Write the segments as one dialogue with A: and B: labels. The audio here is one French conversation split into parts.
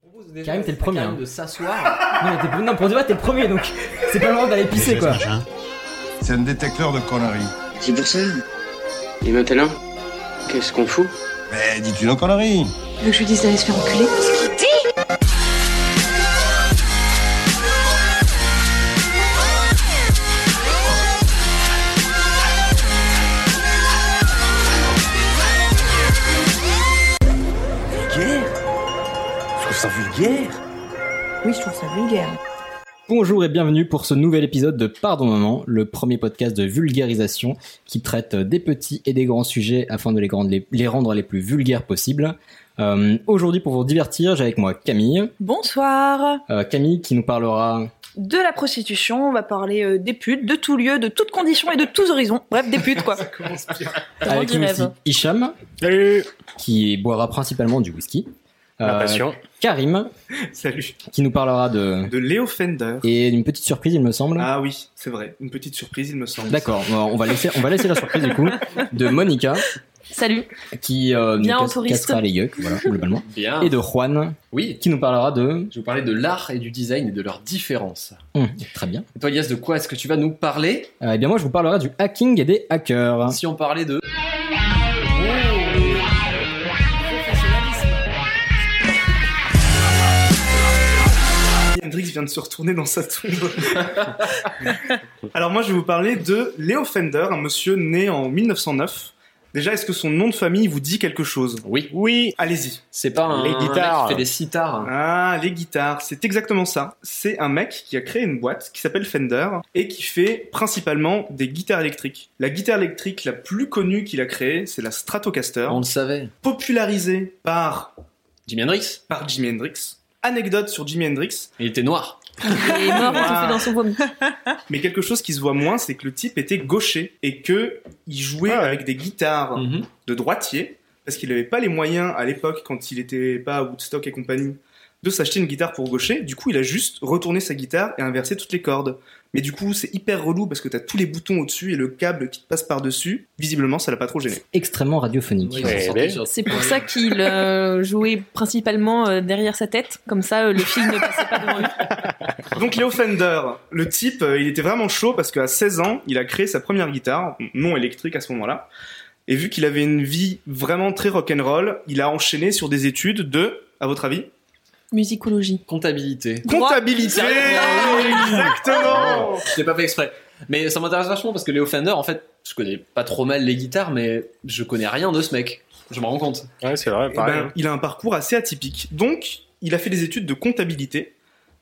A: propose déjà
B: Karim, t'es le
A: à
B: premier,
A: Karim
B: hein.
A: de s'asseoir.
B: Non, mais t'es- non, pour de vrai, t'es le premier donc. C'est pas le moment d'aller pisser quoi.
C: C'est un détecteur de conneries.
D: C'est pour ça. Et maintenant, qu'est-ce qu'on fout
C: Mais dis-tu nos conneries
E: Tu veux que je lui dise d'aller se faire enculer Oui, je trouve ça vulgaire.
B: Bonjour et bienvenue pour ce nouvel épisode de Pardon Maman, le premier podcast de vulgarisation qui traite des petits et des grands sujets afin de les, grandes- les- les rendre les plus vulgaires possibles. Euh, Aujourd'hui, pour vous divertir, j'ai avec moi Camille.
E: Bonsoir.
B: Euh, Camille qui nous parlera.
E: De la prostitution, on va parler euh, des putes, de tout lieu, de toutes conditions et de tous horizons. Bref, des putes quoi.
B: avec nous aussi Hicham,
F: Salut
B: qui boira principalement du whisky. Euh, Karim,
F: Salut
B: qui nous parlera de.
F: De Léo Fender.
B: Et d'une petite surprise, il me semble.
F: Ah oui, c'est vrai. Une petite surprise, il me semble.
B: D'accord, bon, on va laisser, on va laisser la surprise du coup de Monica
G: Salut.
B: qui euh, nous
G: Bien en
B: cas-
G: touriste.
B: cassera les yeux, voilà, globalement,
A: Bien.
B: et de Juan
A: Oui.
B: qui nous parlera de
A: Je vais vous parlais de l'art et du design et de leurs différences.
B: Hum, très bien.
A: Et toi, Elias, de quoi est-ce que tu vas nous parler
B: Euh, eh bien moi je vous parlerai du hacking et des hackers.
A: Si on parlait de.
F: Hendrix vient de se retourner dans sa tombe. Alors moi, je vais vous parler de Léo Fender, un monsieur né en 1909. Déjà, est-ce que son nom de famille vous dit quelque chose
A: Oui.
F: Oui. Allez-y.
A: C'est pas un.
H: Les
A: un mec
H: guitares.
A: qui fait des sitars.
F: Ah, les guitares, c'est exactement ça. C'est un mec qui a créé une boîte qui s'appelle Fender et qui fait principalement des guitares électriques. La guitare électrique la plus connue qu'il a créée, c'est la Stratocaster,
A: On le savait.
F: popularisée par
A: Jimi Hendrix,
F: par Jimi Hendrix. Anecdote sur Jimi Hendrix,
A: il était noir.
G: Il est mort étouffé dans son vomi.
F: mais quelque chose qui se voit moins, c'est que le type était gaucher et que il jouait
H: Ah ouais.
F: avec des
A: Mm.
F: guitares
A: Mhm.
F: de droitier parce qu'il n'avait pas les moyens à l'époque quand il n'était pas à Woodstock et compagnie de s'acheter une guitare pour gaucher. Du coup, il a juste retourné sa guitare et inversé toutes les cordes. Mais du coup, c'est hyper relou parce que t'as tous les boutons au-dessus et le câble qui te passe par-dessus. Visiblement, ça l'a pas trop gêné.
B: Extrêmement radiophonique.
A: Oui,
H: Ouais,
A: ils sont
H: ben.
A: sortis sur-
G: C'est pour ça qu'il euh, jouait principalement euh, derrière sa tête. Comme ça, euh, le fil ne passait pas devant lui.
F: Donc Léo Fender, le type, euh, il était vraiment chaud parce qu'à 16 ans, il a créé sa première guitare, non électrique à ce moment-là. Et vu qu'il avait une vie vraiment très rock'n'roll, il a enchaîné sur des études de, à votre avis
G: Musicologie.
A: Comptabilité.
G: Droit.
F: Comptabilité Exactement
A: Je l'ai pas fait exprès. Mais ça m'intéresse vachement parce que Léo Fender, en fait, je connais pas trop mal les guitares, mais je connais rien de ce mec. Je me rends compte.
H: Ouais, c'est vrai,
F: Eh
H: pareil.
F: ben, Il a un parcours assez atypique. Donc, il a fait des études de comptabilité,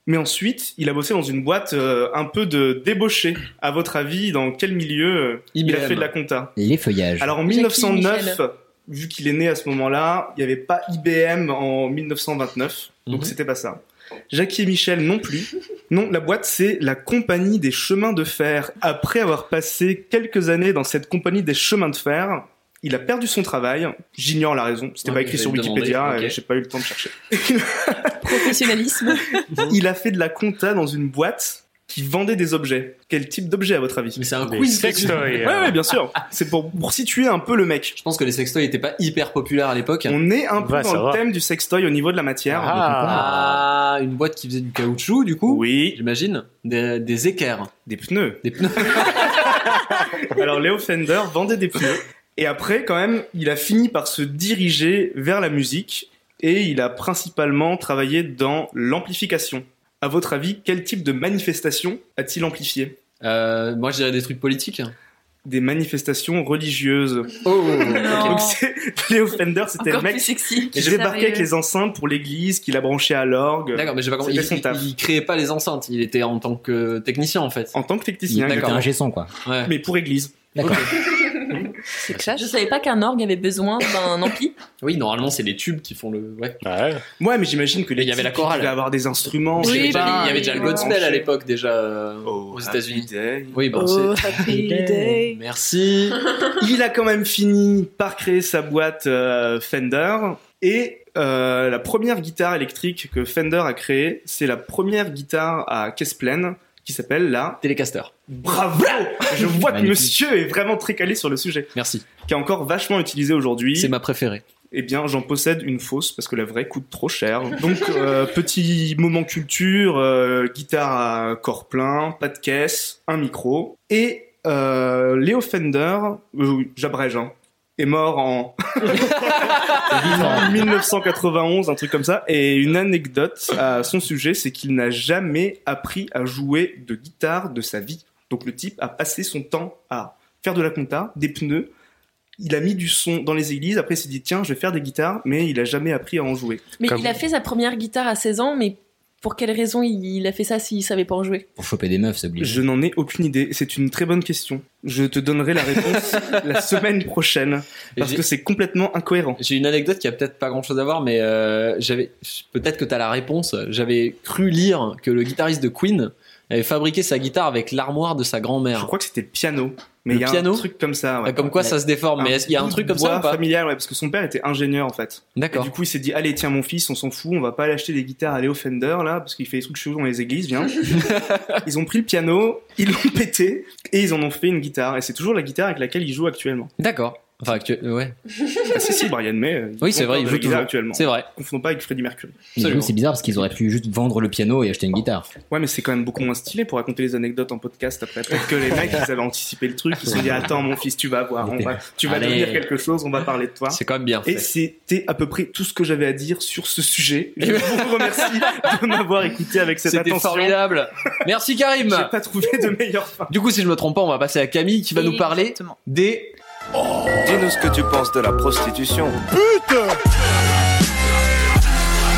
F: mais ensuite, il a bossé dans une boîte euh, un peu de débauché. À votre avis, dans quel milieu euh, il a
A: IBM.
F: fait de la compta
B: Les feuillages.
F: Alors en
G: Jackie
F: 1909, vu qu'il est né à ce moment-là, il n'y avait pas IBM en 1929, donc
A: Mhm.
F: c'était pas ça. Jackie et Michel non plus. Non, la boîte c'est la compagnie des chemins de fer. Après avoir passé quelques années dans cette compagnie des chemins de fer, il a perdu son travail. J'ignore la raison, c'était
A: Ouais,
F: pas écrit
A: vous
F: sur
A: allez me
F: Wikipédia,
A: demander,
F: et
A: ok.
F: j'ai pas eu le temps de chercher.
G: Professionnalisme.
F: Il a fait de la compta dans une boîte qui vendait des objets. Quel type d'objet à votre avis
A: Mais c'est un
H: Des
A: quiz.
H: sextoys.
F: Ouais, ouais, bien sûr. C'est pour, pour situer un peu le mec.
A: Je pense que les sextoys étaient pas hyper populaires à l'époque.
F: On est un peu
H: Va
F: dans le
H: savoir.
F: thème du sextoy au niveau de la matière.
H: Ah,
A: Ah, une boîte qui faisait du caoutchouc, du coup.
F: Oui,
A: J'imagine. Des, des équerres.
F: des pneus.
A: Des pneus.
F: Alors Léo Fender vendait des pneus. Et après, quand même, il a fini par se diriger vers la musique et il a principalement travaillé dans l'amplification. À votre avis, quel type de manifestation a-t-il amplifié
A: Euh, moi, je dirais des trucs politiques.
F: Des manifestations religieuses.
A: Oh,
G: Non.
F: Donc c'est Léo Fender, c'était le
G: Encore
F: mec
G: plus sexy.
F: qui euh, débarquait avec
G: Sérieux.
F: les enceintes pour l'église, qu'il a branché à l'orgue.
A: D'accord, mais j'ai pas compris.
F: C'était
A: Il,
F: son taf.
A: il- il créait pas les enceintes. Il était en tant que technicien, en fait.
F: En tant que
B: Il
F: technicien,
B: était
A: D'accord.
B: un G100 quoi.
A: Ouais.
F: mais pour église.
B: D'accord.
E: C'est clash.
G: Je savais pas qu'un orgue avait besoin d'un ampli.
A: Oui, normalement, c'est les tubes qui font le. Ouais.
H: ouais.
F: Ouais, mais j'imagine que
A: Mais il y avait la chorale.
F: Il devait avoir des instruments.
G: Oui,
A: il, y
F: je sais
A: avait déjà,
F: pas,
A: bah, il y avait déjà le
F: branché.
A: gospel à l'époque, déjà, euh,
F: Oh,
A: aux États-Unis.
F: Happy Day.
A: Oui, bon,
E: Oh,
A: c'est.
E: happy day.
A: Merci.
F: Il a quand même fini par créer sa boîte euh, Fender et euh, la première guitare électrique que Fender a créée, c'est la première guitare à caisse pleine qui s'appelle la
A: Telecaster.
F: Bravo. Je vois que
B: Magnifique.
F: monsieur est vraiment très calé sur le sujet,
A: Merci.
F: qui est encore vachement utilisé aujourd'hui.
A: C'est ma préférée.
F: Eh bien, j'en possède une fausse parce que la vraie coûte trop cher. Donc, euh, petit moment culture, euh, guitare à corps plein, pas de caisse, un micro. Et euh, Léo Fender, euh, j'abrège, hein, est mort en 1991, un truc comme ça. Et une anecdote à son sujet, c'est qu'il n'a jamais appris à jouer de guitare de sa vie. Donc le type a passé son temps à faire de la compta, des pneus. Il a mis du son dans les églises. Après, il s'est dit tiens, je vais faire des guitares, mais il a jamais appris à en jouer.
G: Mais
H: Comme-
G: il a fait sa première guitare à 16 ans, mais pour quelle raison il, il a fait ça s'il savait pas en jouer
B: Pour choper des meufs, c'est obligé.
F: Je n'en ai aucune idée. C'est une très bonne question. Je te donnerai la réponse la semaine prochaine
A: Et
F: parce
A: j'ai-
F: que c'est complètement incohérent.
A: J'ai une anecdote qui a peut-être pas grand-chose à voir, mais euh, j'avais peut-être que t'as la réponse. J'avais cru lire que le guitariste de Queen avait fabriqué sa guitare avec l'armoire de sa
F: Je
A: grand-mère.
F: crois que c'était le piano, mais
A: Le
F: il y a
A: piano
F: un truc comme ça. ouais.
A: Euh, Comme quoi ça se déforme, mais est-ce qu'il y a un
F: bout
A: truc
F: de
A: comme ça
F: bois
A: ou pas
F: familial, ouais, parce que son père était ingénieur en fait. Et
A: D'accord.
F: du coup, il s'est dit allez, tiens mon fils, on s'en fout, on va pas aller acheter des guitares à Léo Fender là, parce qu'il fait des trucs chelous dans les églises, viens. ils ont pris le piano, ils l'ont pété et ils en ont fait une guitare. Et c'est toujours la guitare avec laquelle il joue actuellement.
A: D'accord. Enfin, actu- ouais,
F: Ah si si, Brian May. euh,
A: Oui, c'est
F: encore
A: vrai, il
F: de la
A: joue
F: guitare
A: toujours.
F: actuellement.
A: c'est vrai.
F: Confondons pas avec Freddie Mercury.
B: Mais du coup,
A: absolument.
B: c'est bizarre parce qu'ils auraient pu juste vendre le piano et acheter une guitare.
F: Ouais, mais c'est quand même beaucoup moins stylé pour raconter les anecdotes en podcast après. Peut-être que les mecs, ils avaient anticipé le truc, ils se sont dit attends mon fils, tu vas voir, on va, tu vas
A: Allez.
F: devenir quelque chose, on va parler de toi.
A: C'est quand même bien.
F: Hein Et
A: Fait.
F: c'était à peu près tout ce que j'avais à dire sur ce sujet. Je vous remercie de m'avoir écouté avec cette
A: C'était
F: attention.
A: formidable. Merci Karim.
F: J'ai pas trouvé de meilleure fin.
A: Du coup, si je me trompe pas, on va passer à Camille qui va nous parler
E: Exactement.
A: des.
I: Dis-nous ce que tu penses de la prostitution.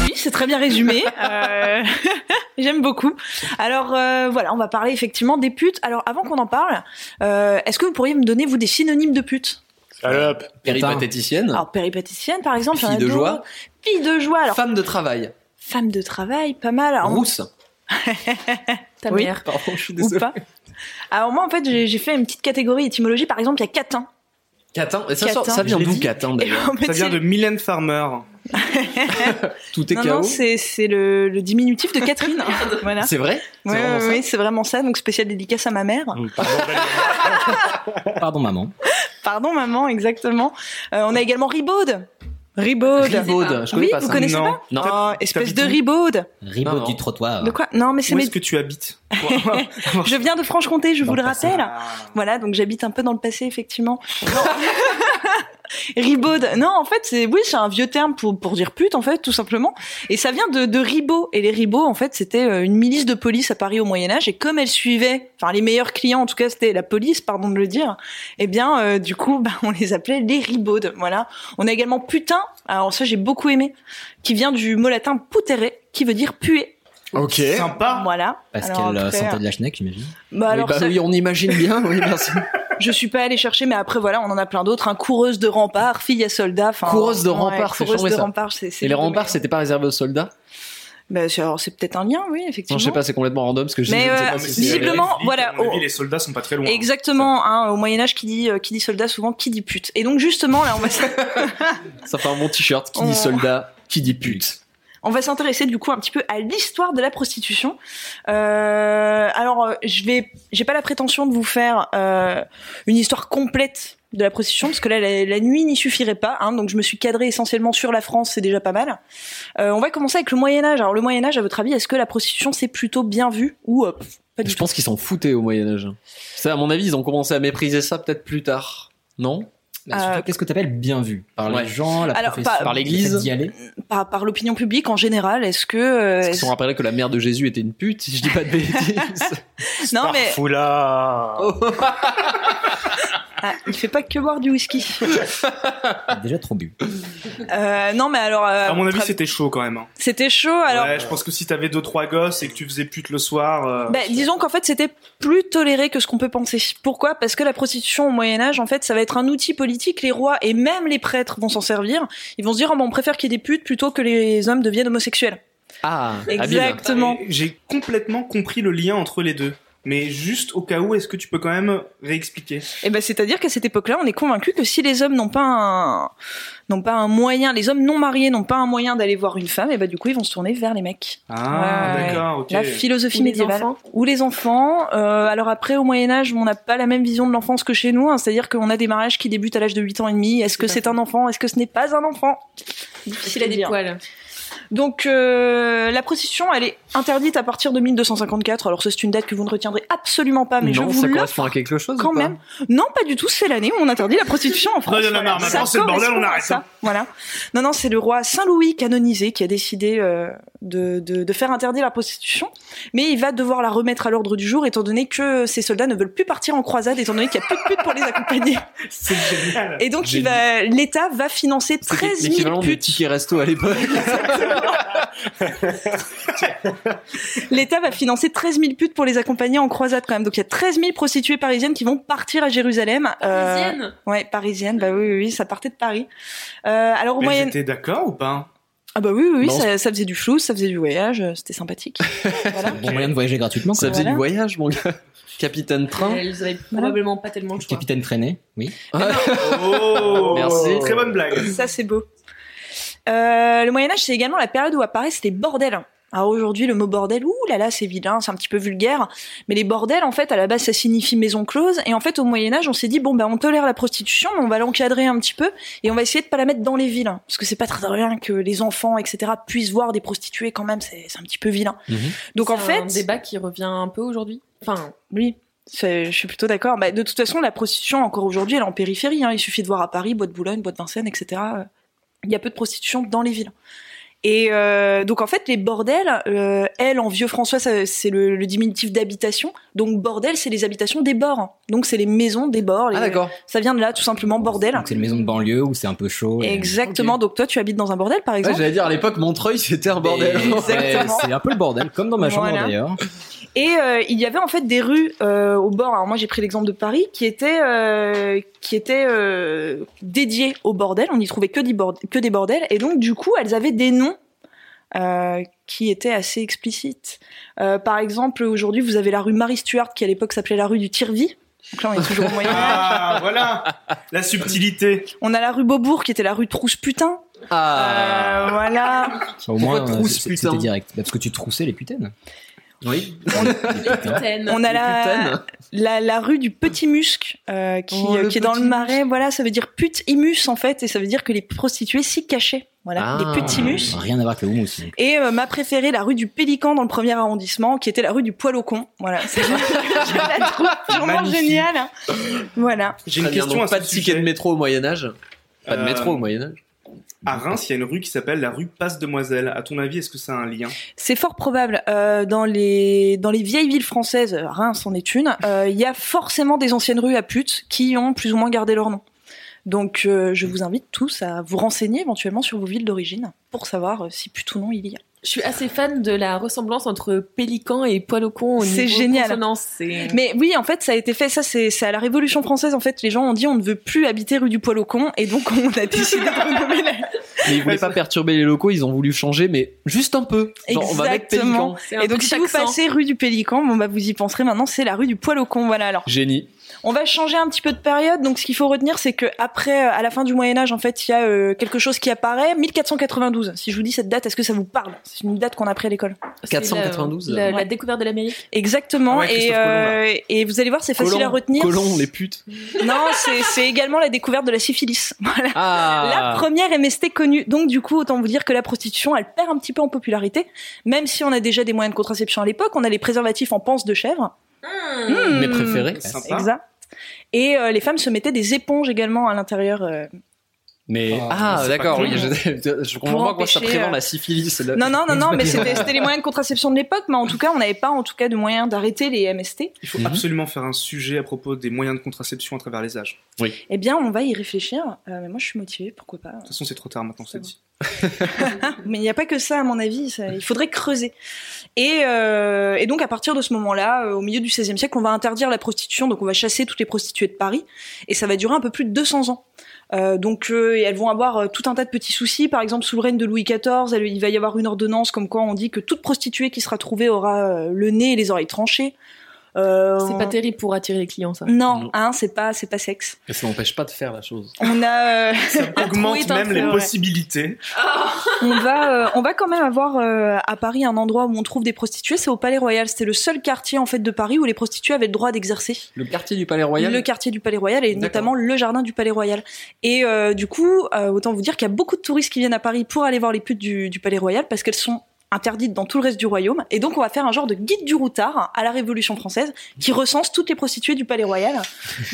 E: Oui, c'est très bien résumé. Euh, J'aime beaucoup. Alors euh, voilà, on va parler effectivement des putes. Alors avant qu'on en parle, euh, est-ce que vous pourriez me donner vous des synonymes de pute
H: Salope.
A: Péripatéticienne,
E: Alors péripatéticienne par exemple,
A: Fille
E: j'en ai
A: de
E: deux.
A: joie.
E: fille de joie. Alors
A: femme de travail,
E: femme de travail, pas mal. Alors,
A: rousse.
G: Ta
E: Oui.
G: mère.
A: Pardon, je suis
E: ou pas. Alors moi en fait j'ai j'ai fait une petite catégorie étymologie. Par exemple il y a catin.
A: Catin, et ça, sort-
E: Catin.
A: ça vient
F: Je l'ai
A: d'où
F: dit.
A: Catin
E: Et
A: d'ailleurs
E: en fait,
F: Ça vient
E: c'est-
F: de Mylène Farmer.
A: Tout est
E: Non,
A: KO.
E: non, c'est c'est le, le diminutif de Catherine. voilà.
A: C'est vrai
E: Oui,
A: vraiment ça
E: c'est vraiment ça. Donc spécial dédicace à ma mère.
B: Pardon, maman.
E: Pardon maman, exactement. Euh, on a également Ribaude. Ribaude.
A: Ribaude, je connais
E: Oui,
A: pas
E: vous
A: ça.
E: connaissez
F: non.
E: pas
A: Non.
E: Oh, espèce de ribaude.
B: Ribot
A: Non, non.
B: du trottoir.
E: De quoi Non, mais c'est
F: Où
E: mes...
F: est-ce que tu habites Ah,
E: Je viens de Franche-Comté, je
B: Dans
E: vous
B: le
E: le
B: passé.
E: rappelle. Voilà, donc j'habite un peu dans le passé, effectivement. Ribaude. Non, en fait, c'est oui, c'est un vieux terme pour pour dire pute, en fait, tout simplement. Et ça vient de, de ribauds. Et les ribauds, en fait, c'était euh, une milice de police à Paris au Moyen Âge. Et comme elle suivait, enfin, les meilleurs clients, en tout cas, c'était la police, pardon de le dire. Eh bien, euh, du coup, bah, on les appelait les ribaudes. Voilà. On a également putain. Alors ça, j'ai beaucoup aimé, qui vient du mot latin putere, qui veut dire puer.
H: Ok.
F: Sympa.
E: Voilà.
B: Parce
E: Alors
B: qu'elle euh,
E: après,
B: sentait de la schneck, j'imagine.
E: Bah
A: Oui,
E: alors
A: bah
E: ça,
A: oui, on imagine bien, oui, merci.
E: je suis pas allée chercher, mais après voilà, on en a plein d'autres. Un coureuse de rempart, fille à soldat. enfin,
A: Coureuse de rempart, c'est
E: coureuse
A: chambé,
E: de
A: ça.
E: rempart, c'est. c'est-
A: Et les remparts, c'était pas réservé aux soldats
E: Bah, c'est- alors c'est peut-être un lien, oui, effectivement.
A: Non, je sais pas, c'est complètement random parce que je,
E: Mais,
A: je ne sais
E: euh,
A: pas si c'est-
E: visiblement- voilà,
F: à mon avis,
E: oh.
F: les soldats sont pas très loin.
E: Exactement, hein, au Moyen Âge, qui dit euh, qui dit soldat souvent qui dit pute. Et donc justement là, on va s-
A: Ça fait un bon t-shirt qui
E: On-
A: dit soldat, qui dit pute.
E: on va s'intéresser du coup un petit peu à l'histoire de la prostitution. Euh, alors euh, je vais j'ai pas la prétention de vous faire euh, une histoire complète de la prostitution parce que là la, la nuit n'y suffirait pas. Hein, donc je me suis cadrée essentiellement sur la France, c'est déjà pas mal. Euh, on va commencer avec le Moyen Âge. Alors le Moyen Âge, à votre avis, est-ce que la prostitution c'est plutôt bien vu ou euh, pff, pas du
A: Je
E: tout
A: pense qu'ils s'en foutaient au Moyen-Âge. Ça, à mon avis, ils ont commencé à mépriser ça peut-être plus tard. Non
B: Bah, surtout,
E: Euh,
B: Qu'est-ce que t'appelles bien vu Par
A: Ouais.
B: les gens, la
E: Alors,
B: profession,
E: pas-
A: Par l'Église.
B: le fait d'y aller
E: Par, par l'opinion publique en général, est-ce que euh,
A: Parce qu'ils
E: est-ce-
A: se sont rappelés que la mère de Jésus était une pute, si je dis pas de bêtises. Oh.
E: non mais
H: Parfoula.
E: ah, il fait pas que boire du whisky.
B: T'as Ah, déjà trop bu.
E: Euh, non mais alors euh,
F: À mon avis,
E: votre avis-
F: c'était chaud quand même. hein.
E: c'était chaud. Alors
F: ouais, je pense que si t'avais deux trois gosses et que tu faisais pute le soir, euh,
E: Ben, disons qu'en fait, c'était plus toléré que ce qu'on peut penser. Pourquoi Parce que la prostitution au Moyen Âge, en fait, ça va être un outil politique. Les rois et même les prêtres vont s'en servir. Ils vont se dire, oh, ben, on préfère qu'il y ait des putes plutôt que les hommes deviennent homosexuels.
A: ah, habile.
E: Exactement.
F: j'ai complètement compris le lien entre les deux. Mais juste au cas où, est-ce que tu peux quand même réexpliquer
E: Et ben, c'est-à-dire qu'à cette époque-là, on est convaincu que si les hommes n'ont pas un, n'ont pas un moyen, les hommes non mariés n'ont pas un moyen d'aller voir une femme, et ben, du coup, ils vont se tourner vers les mecs.
F: Ah,
G: Ouais.
F: d'accord, ok.
E: La philosophie
G: Ou les
E: médiévale.
G: enfants.
E: Ou les enfants. Euh, alors après, au Moyen-Âge, on n'a pas la même vision de l'enfance que chez nous, hein. c'est-à-dire qu'on a des mariages qui débutent à l'âge de 8 ans et demi. Est-ce que
G: Tout à
E: c'est
G: fait.
E: un enfant Est-ce que ce n'est pas un enfant
G: Difficile à
E: Faut
G: des
E: dire.
G: poils.
E: Donc, euh, la prostitution, elle est interdite à partir de 1254. Alors ça, c'est une date que vous ne retiendrez absolument pas, Ah, mais
A: non,
E: je vous
A: ça
E: le
A: correspond à quelque chose
E: quand
A: ou pas
E: même. Non, pas du tout. C'est l'année où on interdit la prostitution en France.
F: il y en a
E: Voilà.
F: marre,
E: Ça
F: maintenant, c'est le bordel,
E: correspond
F: on
E: à
F: arrête,
E: ça.
F: hein.
E: Voilà. Non, non, c'est le roi Saint Louis canonisé qui a décidé euh, de, de, de faire interdire la prostitution, mais il va devoir la remettre à l'ordre du jour étant donné que ses soldats ne veulent plus partir en croisade étant donné qu'il n'y a plus de putes pour les accompagner.
F: C'est génial.
E: Et donc, il va, l'État va financer
A: C'était
E: 13 000
A: l'équivalent des
E: putes.
A: tickets resto à l'époque.
E: L'État va financer 13 000 putes pour les accompagner en croisade quand même. Donc il y a 13 000 prostituées parisiennes qui vont partir à Jérusalem. Euh,
G: Parisienne.
E: Ouais, parisienne. Bah oui, oui, oui, ça partait de Paris. Euh, alors au
F: Mais
E: moyen.
F: j'étais d'accord ou pas
E: Ah bah oui, oui, oui,
A: Non,
E: ça, ça faisait du flou, ça faisait du voyage, euh, c'était sympathique. voilà.
B: Bon moyen de voyager gratuitement.
A: Ça
B: Quoi.
E: Voilà.
A: faisait du voyage, mon gars. Capitaine Train.
G: Elles avaient probablement pas tellement le choix.
B: Capitaine traîné, oui.
F: Oh
A: Merci.
F: Très bonne blague.
E: Ça c'est beau. Euh, le Moyen Âge, c'est également la période où apparaissent les bordels. Alors aujourd'hui, le mot bordel, ouh là là, c'est vilain, c'est un petit peu vulgaire. Mais les bordels, en fait, à la base, ça signifie maison close. Et en fait, au Moyen Âge, on s'est dit bon, bah, on tolère la prostitution, mais on va l'encadrer un petit peu et on va essayer de pas la mettre dans les villes, parce que c'est pas très bien que les enfants, etc., puissent voir des prostituées quand même. C'est c'est un petit peu vilain.
A: Mhm.
E: Donc en
G: C'est
E: fait,
G: un débat qui revient un peu aujourd'hui. Enfin,
E: oui, c'est- je suis plutôt d'accord. Bah, de toute façon, la prostitution, encore aujourd'hui, elle est en périphérie. hein. Il suffit de voir à Paris, Bois de Boulogne, Bois de Vincennes, etc. Euh, Il y a peu de prostitution dans les villes. Et euh, donc, en fait, les bordels, euh, elle, en vieux François, ça- c'est le, le diminutif d'habitation. Donc, bordel, c'est les habitations des bords. hein. Donc, c'est les maisons des bords.
A: Ah
E: les-
A: d'accord.
E: ça vient de là, tout simplement, bordel.
B: Donc, C'est une maison de banlieue où c'est un peu chaud. et-
E: Exactement. Donc, toi, tu habites dans un bordel, par
A: Ouais,
E: exemple.
A: J'allais dire à l'époque Montreuil c'était un bordel.
B: Mais-
E: Exactement.
B: ouais, C'est un peu le bordel, comme dans ma chambre
E: Voilà.
B: d'ailleurs.
E: Et euh, il y avait en fait des rues euh, au bord. Alors moi j'ai pris l'exemple de Paris qui était euh, qui était euh, dédiées au bordel. On n'y trouvait que des, bord- que des bordels et donc du coup elles avaient des noms euh, qui étaient assez explicites. Euh, par exemple aujourd'hui vous avez la rue Marie Stuart qui à l'époque s'appelait la rue du Tirvi. Donc là on est toujours au Moyen Âge.
F: Ah, voilà La subtilité.
E: On a la rue Beaubourg qui était la rue Trousse Putain.
A: Ah.
E: Euh, voilà.
B: Au moins,
A: Pourquoi
B: euh,
A: trousse,
B: c'est-
A: putain
B: c'était direct. Bah, Parce que tu troussais les putaines.
A: Oui.
B: Les putains.
G: Capitaine.
E: On a
A: Les
E: la,
A: putaines.
E: la, la rue du Petit Musc euh, qui,
A: Oh,
E: euh,
A: le
E: qui est dans
A: Petit
E: le marais. Voilà, ça veut dire pute imus en fait, et ça veut dire que les prostituées s'y cachaient. Voilà,
A: Ah.
E: les petits mus.
B: Rien à voir avec le houmous. donc.
E: Et euh, ma préférée, la rue du Pélican dans le premier arrondissement, qui était la rue du Poil au con. Voilà, c'est je la trouve vraiment
F: Magnifique.
E: géniale. hein. Voilà.
F: J'ai une
A: Très bien,
F: question
A: donc
F: à ce
A: pas de ticket
F: sujet.
A: de métro au Moyen Âge. Pas de
F: Euh,
A: métro au Moyen Âge.
F: À Reims, il y a une rue qui s'appelle la rue Passe-Demoiselle. À ton avis, est-ce que ça a un lien
E: C'est fort probable. Euh, dans, les, dans les vieilles villes françaises, euh, Reims en est une, euh, il y a forcément des anciennes rues à putes qui ont plus ou moins gardé leur nom. Donc euh, je vous invite tous à vous renseigner éventuellement sur vos villes d'origine pour savoir euh, si pute ou non il y a.
G: Je suis assez fan de la ressemblance entre pélican et poil au con au
E: C'est
G: niveau
E: génial.
G: consonance. C'est
E: Mais oui, en fait, ça a été fait. Ça, c'est c'est à la Révolution française. En fait, les gens ont dit on ne veut plus habiter rue du Poil au Con, et donc on a décidé de renommer la,
A: Mais ils voulaient pas perturber les locaux, ils ont voulu changer, mais juste un peu. Genre, on va mettre
E: Exactement.
A: Pélican.
G: C'est un
E: Et donc,
G: petit
E: si vous
G: accent.
E: passez rue du Pélican, bon, bah, vous y penserez maintenant, c'est la rue du poil au con. Voilà, alors.
A: Génie.
E: On va changer un petit peu de période. Donc, ce qu'il faut retenir, c'est que après, euh, à la fin du Moyen-Âge, en fait, il y a euh, quelque chose qui apparaît. 1492. Si je vous dis cette date, est-ce que ça vous parle? C'est une date qu'on a appris à l'école.
G: C'est
A: 492.
G: La, la-
E: Ouais.
G: la découverte de l'Amérique.
E: Exactement.
F: Ah ouais,
E: et,
F: Christophe Colomb,
E: euh, et vous allez voir, c'est facile
A: Colomb,
E: à retenir.
A: Colomb, les putes.
E: Non, c'est, c'est également la découverte de la syphilis. Voilà. La
A: Ah.
E: première MST connue. Donc, du coup, autant vous dire que la prostitution, elle perd un petit peu en popularité. Même si on a déjà des moyens de contraception à l'époque, on a les préservatifs en panse de chèvre.
A: Mes
E: Hmm.
A: préférés.
F: Sympa.
E: Exact. Et euh, les femmes se mettaient des éponges également à l'intérieur. euh.
A: Mais
B: Ah,
A: ah,
F: c'est
A: d'accord.
F: pas
A: Oui,
F: con.
A: je, je comprends pas pourquoi ça
E: empêcher,
A: prévient
E: euh,
A: la syphilis. là.
E: Non, non, non, non, mais c'était c'était les moyens de contraception de l'époque, mais en tout cas, on n'avait pas en tout cas de moyens d'arrêter les MST.
F: Il faut
B: Mhm.
F: absolument faire un sujet à propos des moyens de contraception à travers les âges.
E: Eh bien, on va y réfléchir. Euh, mais moi, je suis motivée, pourquoi pas. hein.
F: De toute façon, c'est trop tard maintenant, c'est dit.
E: Mais il n'y a pas que ça, à mon avis. ça- il faudrait creuser. Et, euh, et donc, à partir de ce moment-là, euh, au milieu du XVIe siècle, on va interdire la prostitution. Donc, on va chasser toutes les prostituées de Paris. Et ça va durer un peu plus de 200 ans. Euh, donc, euh, et elles vont avoir euh, tout un tas de petits soucis. Par exemple, sous le règne de Louis XIV, elle- il va y avoir une ordonnance comme quoi on dit que toute prostituée qui sera trouvée aura euh, le nez et les oreilles tranchées. Euh,
G: C'est pas terrible pour attirer les clients, ça.
E: non,
A: Non.
E: hein, c'est pas, c'est pas sexe.
A: Et ça n'empêche pas de faire la chose.
E: On a, euh,
F: Ça
G: trou
F: augmente
G: est un
F: même
G: trou,
F: les
G: ouais.
F: possibilités.
E: on va, euh, on va quand même avoir euh, à Paris un endroit où on trouve des prostituées. C'est au Palais Royal. C'était le seul quartier en fait de Paris où les prostituées avaient le droit d'exercer.
A: Le quartier du Palais Royal.
E: le quartier du Palais Royal et
A: D'accord.
E: notamment le jardin du Palais Royal. Et euh, du coup, euh, autant vous dire qu'il y a beaucoup de touristes qui viennent à Paris pour aller voir les putes du, du Palais Royal parce qu'elles sont interdites dans tout le reste du royaume. Et donc, on va faire un genre de guide du routard à la Révolution française qui recense toutes les prostituées du Palais Royal.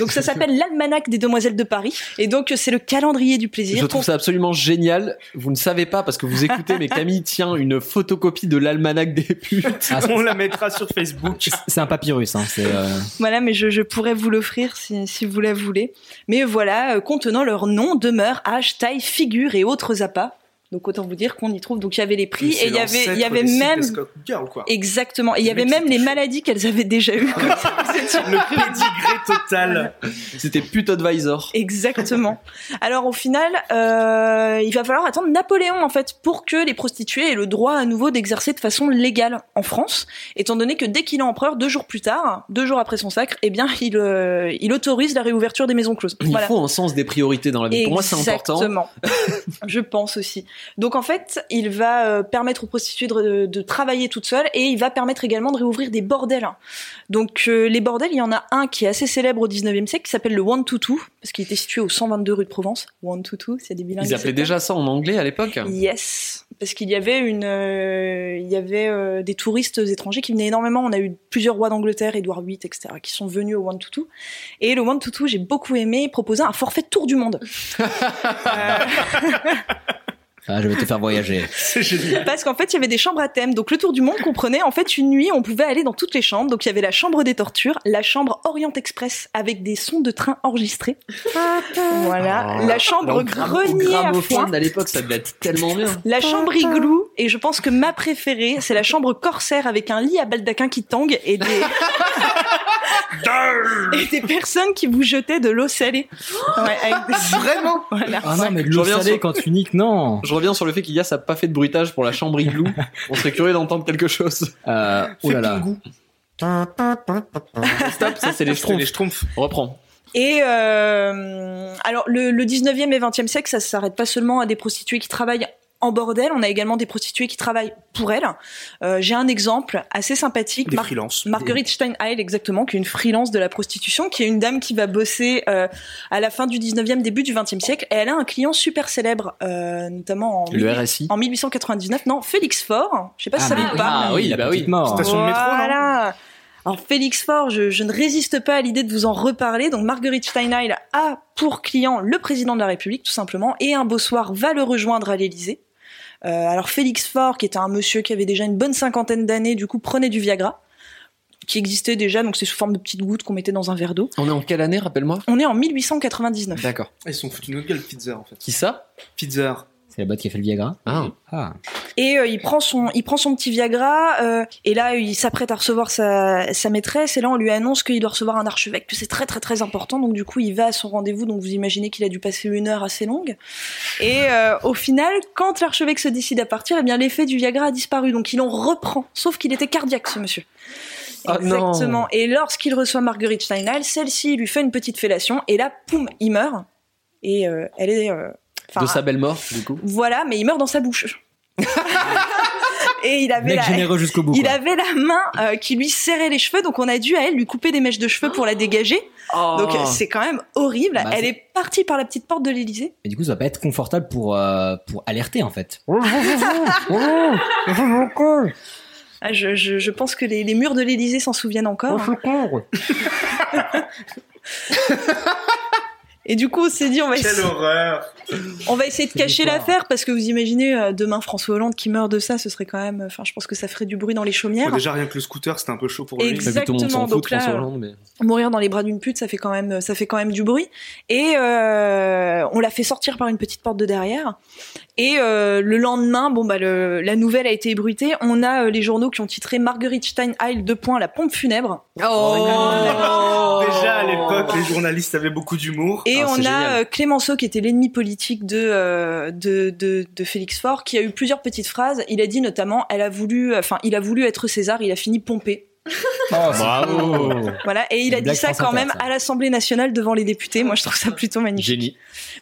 E: Donc, ça s'appelle l'Almanach des Demoiselles de Paris. Et donc, c'est le calendrier du plaisir.
A: Je trouve ça absolument génial. Vous ne savez pas parce que vous écoutez, mais Camille tient une photocopie de l'almanach des putes.
B: Ah,
F: On la mettra sur
A: Ah.
F: Facebook.
B: c'est un papyrus, hein, c'est, euh,
E: Voilà, mais je, je pourrais vous l'offrir si, si vous la voulez. Mais voilà, euh, contenant leur nom, demeure, âge, taille, figure et autres appâts. Donc autant vous dire qu'on y trouve. Donc il y avait les prix et il y avait, il y avait même
F: Girl, quoi.
E: exactement. Et il y
F: Les
E: avait
F: mecs,
E: même
F: c'était
E: les
F: chaud.
E: maladies qu'elles avaient déjà eues.
F: Le pédigré total.
A: C'était pute advisor.
E: Exactement. Alors au final, euh, il va falloir attendre Napoléon en fait pour que les prostituées aient le droit à nouveau d'exercer de façon légale en France, étant donné que dès qu'il est empereur, deux jours plus tard, deux jours après son sacre, eh bien il, euh, il autorise la réouverture des maisons closes.
A: Il
E: Voilà.
A: faut un sens des priorités dans la vie. Pour moi, c'est important.
E: Exactement. Je pense aussi. Donc en fait, il va euh, permettre aux prostituées de, de travailler toutes seules et il va permettre également de réouvrir des bordels. Donc euh, les bordels, il y en a un qui est assez célèbre au 19e siècle qui s'appelle le One to Two parce qu'il était situé au 122 rue de Provence. One to Two, c'est des bilingues.
A: Ils appelaient déjà ça en anglais à l'époque.
E: Yes, parce qu'il y avait une, euh, il y avait euh, des touristes étrangers qui venaient énormément. On a eu plusieurs rois d'Angleterre, Édouard VIII, etc., qui sont venus au One to Two. Et le One to Two, j'ai beaucoup aimé, proposait un forfait tour du monde. Euh,
B: ah, je vais te faire voyager.
F: C'est génial.
E: Parce qu'en fait, il y avait des chambres à thème. Donc, le tour du monde comprenait, en fait, une nuit, on pouvait aller dans toutes les chambres. Donc, il y avait la chambre des tortures, la chambre Orient Express avec des sons de train enregistrés. Ah, voilà.
A: Ah.
E: la chambre
A: Au gra- au
E: grenier à foin.
A: gramophone à l'époque, ça devait être tellement bien.
E: La chambre igloo, et je pense que ma préférée, c'est la chambre corsaire avec un lit à baldaquin qui tangue et des, et des personnes qui vous jetaient de l'eau salée. Ouais, avec des-
F: Vraiment
E: voilà.
B: Ah non, mais de
A: Je
B: l'eau
A: reviens
B: salée
A: sur-
B: quand tu niques, non
A: Je reviens sur le fait qu'il y a ça pas fait de bruitage pour la chambre igloo. On serait curieux d'entendre quelque chose.
B: euh, Oh là là.
A: Stop, ça c'est les
F: C'était
A: schtroumpfs.
F: les schtroumpfs.
A: Reprends.
E: Et euh, alors le, le 19e et 20e siècle, ça s'arrête pas seulement à des prostituées qui travaillent en bordel, on a également des prostituées qui travaillent pour elles. Euh, J'ai un exemple assez sympathique.
F: Des
E: Mar-
F: freelances.
E: Marguerite Steinheil, exactement, qui est une freelance de la prostitution, qui est une dame qui va bosser euh, à la fin du 19e, début du 20e siècle. Et elle a un client super célèbre, euh, notamment en,
A: Le
E: 18-
A: RSI.
E: en 1899. Non, Félix Faure. Je sais pas si Bah, ça
B: mais-
E: vous parle.
A: Ah oui,
B: la
A: bah
B: petite
A: oui.
B: mort. hein.
F: Station de métro, non
E: Voilà. Alors Félix Faure, je, je ne résiste pas à l'idée de vous en reparler. Donc Marguerite Steinheil a pour client le président de la République, tout simplement, et un beau soir va le rejoindre à l'Élysée. Euh, alors Félix Faure, qui était un monsieur qui avait déjà une bonne cinquantaine d'années, du coup prenait du Viagra, qui existait déjà, donc c'est sous forme de petites gouttes qu'on mettait dans un verre d'eau.
A: On est en quelle année, rappelle-moi
E: On est en 1899.
A: D'accord.
F: Ils sont foutus une autre gueule, Pizza, en fait.
A: Qui ça
F: Pizza.
B: C'est la botte qui a fait le Viagra
A: Ah.
B: Ah.
E: Et euh, il prend son, il prend son petit Viagra. euh, et là, il s'apprête à recevoir sa, sa maîtresse. Et là, on lui annonce qu'il doit recevoir un archevêque, que c'est très très très important. Donc du coup, il va à son rendez-vous. Donc vous imaginez qu'il a dû passer une heure assez longue. Et euh, au final, quand l'archevêque se décide à partir, eh bien l'effet du Viagra a disparu. Donc il en reprend. Sauf qu'il était cardiaque, ce monsieur.
A: Ah, non.
E: Exactement. Et lorsqu'il reçoit Marguerite Steinheil, celle-ci lui fait une petite fellation. Et là, poum, il meurt. Et euh, elle est. euh, enfin,
A: de sa belle mort, du coup.
E: voilà, mais il meurt dans sa bouche. Et il avait,
B: Mec
E: la,
B: généreux jusqu'au bout.
E: il
B: quoi.
E: avait la main euh, qui lui serrait les cheveux, donc on a dû à elle lui couper des mèches de cheveux pour
F: Oh.
E: la dégager.
A: Oh.
E: Donc euh, c'est quand même horrible.
B: Oh. Bah,
E: elle
B: c'est-
E: est partie par la petite porte de l'Élysée.
B: Mais du coup, ça va pas être confortable pour, euh, pour alerter en fait.
A: Oh,
E: Ah, je, je- je pense que les, les murs de l'Élysée s'en souviennent encore. Et du coup, on s'est dit, on va,
F: Quelle
E: essayer,
F: horreur
E: on va essayer de cacher l'affaire parce que vous imaginez euh, demain François Hollande qui meurt de ça, ce serait quand même. Enfin, je pense que ça ferait du bruit dans les
F: Bon,
E: chaumières.
F: Déjà, rien que le scooter, c'était un peu chaud pour lui.
E: Exact. exactement, donc là,
A: François Hollande, mais-
E: mourir dans les bras d'une pute, ça fait quand même, ça fait quand même du bruit. Et euh, on l'a fait sortir par une petite porte de derrière. Et euh, le lendemain, bon bah le- la nouvelle a été ébruitée. On a euh, les journaux qui ont titré Marguerite Steinheil de point la pompe funèbre.
F: Déjà, à l'époque, les journalistes avaient beaucoup d'humour.
E: Oh. Et
A: Ah,
E: on
A: c'est
E: a
A: génial.
E: euh, Clémenceau qui était l'ennemi politique de, euh, de de de Félix Faure, qui a eu euh, plusieurs petites phrases. Il a dit notamment, elle a voulu, enfin il a voulu être César, il a fini pompé.
B: Bravo
E: Voilà, et il a
B: Une
E: dit
B: blague
E: ça
B: France
E: quand
B: Inter,
E: même
B: ça.
E: à l'Assemblée nationale devant les députés. Moi, je trouve ça plutôt magnifique.
A: Génie.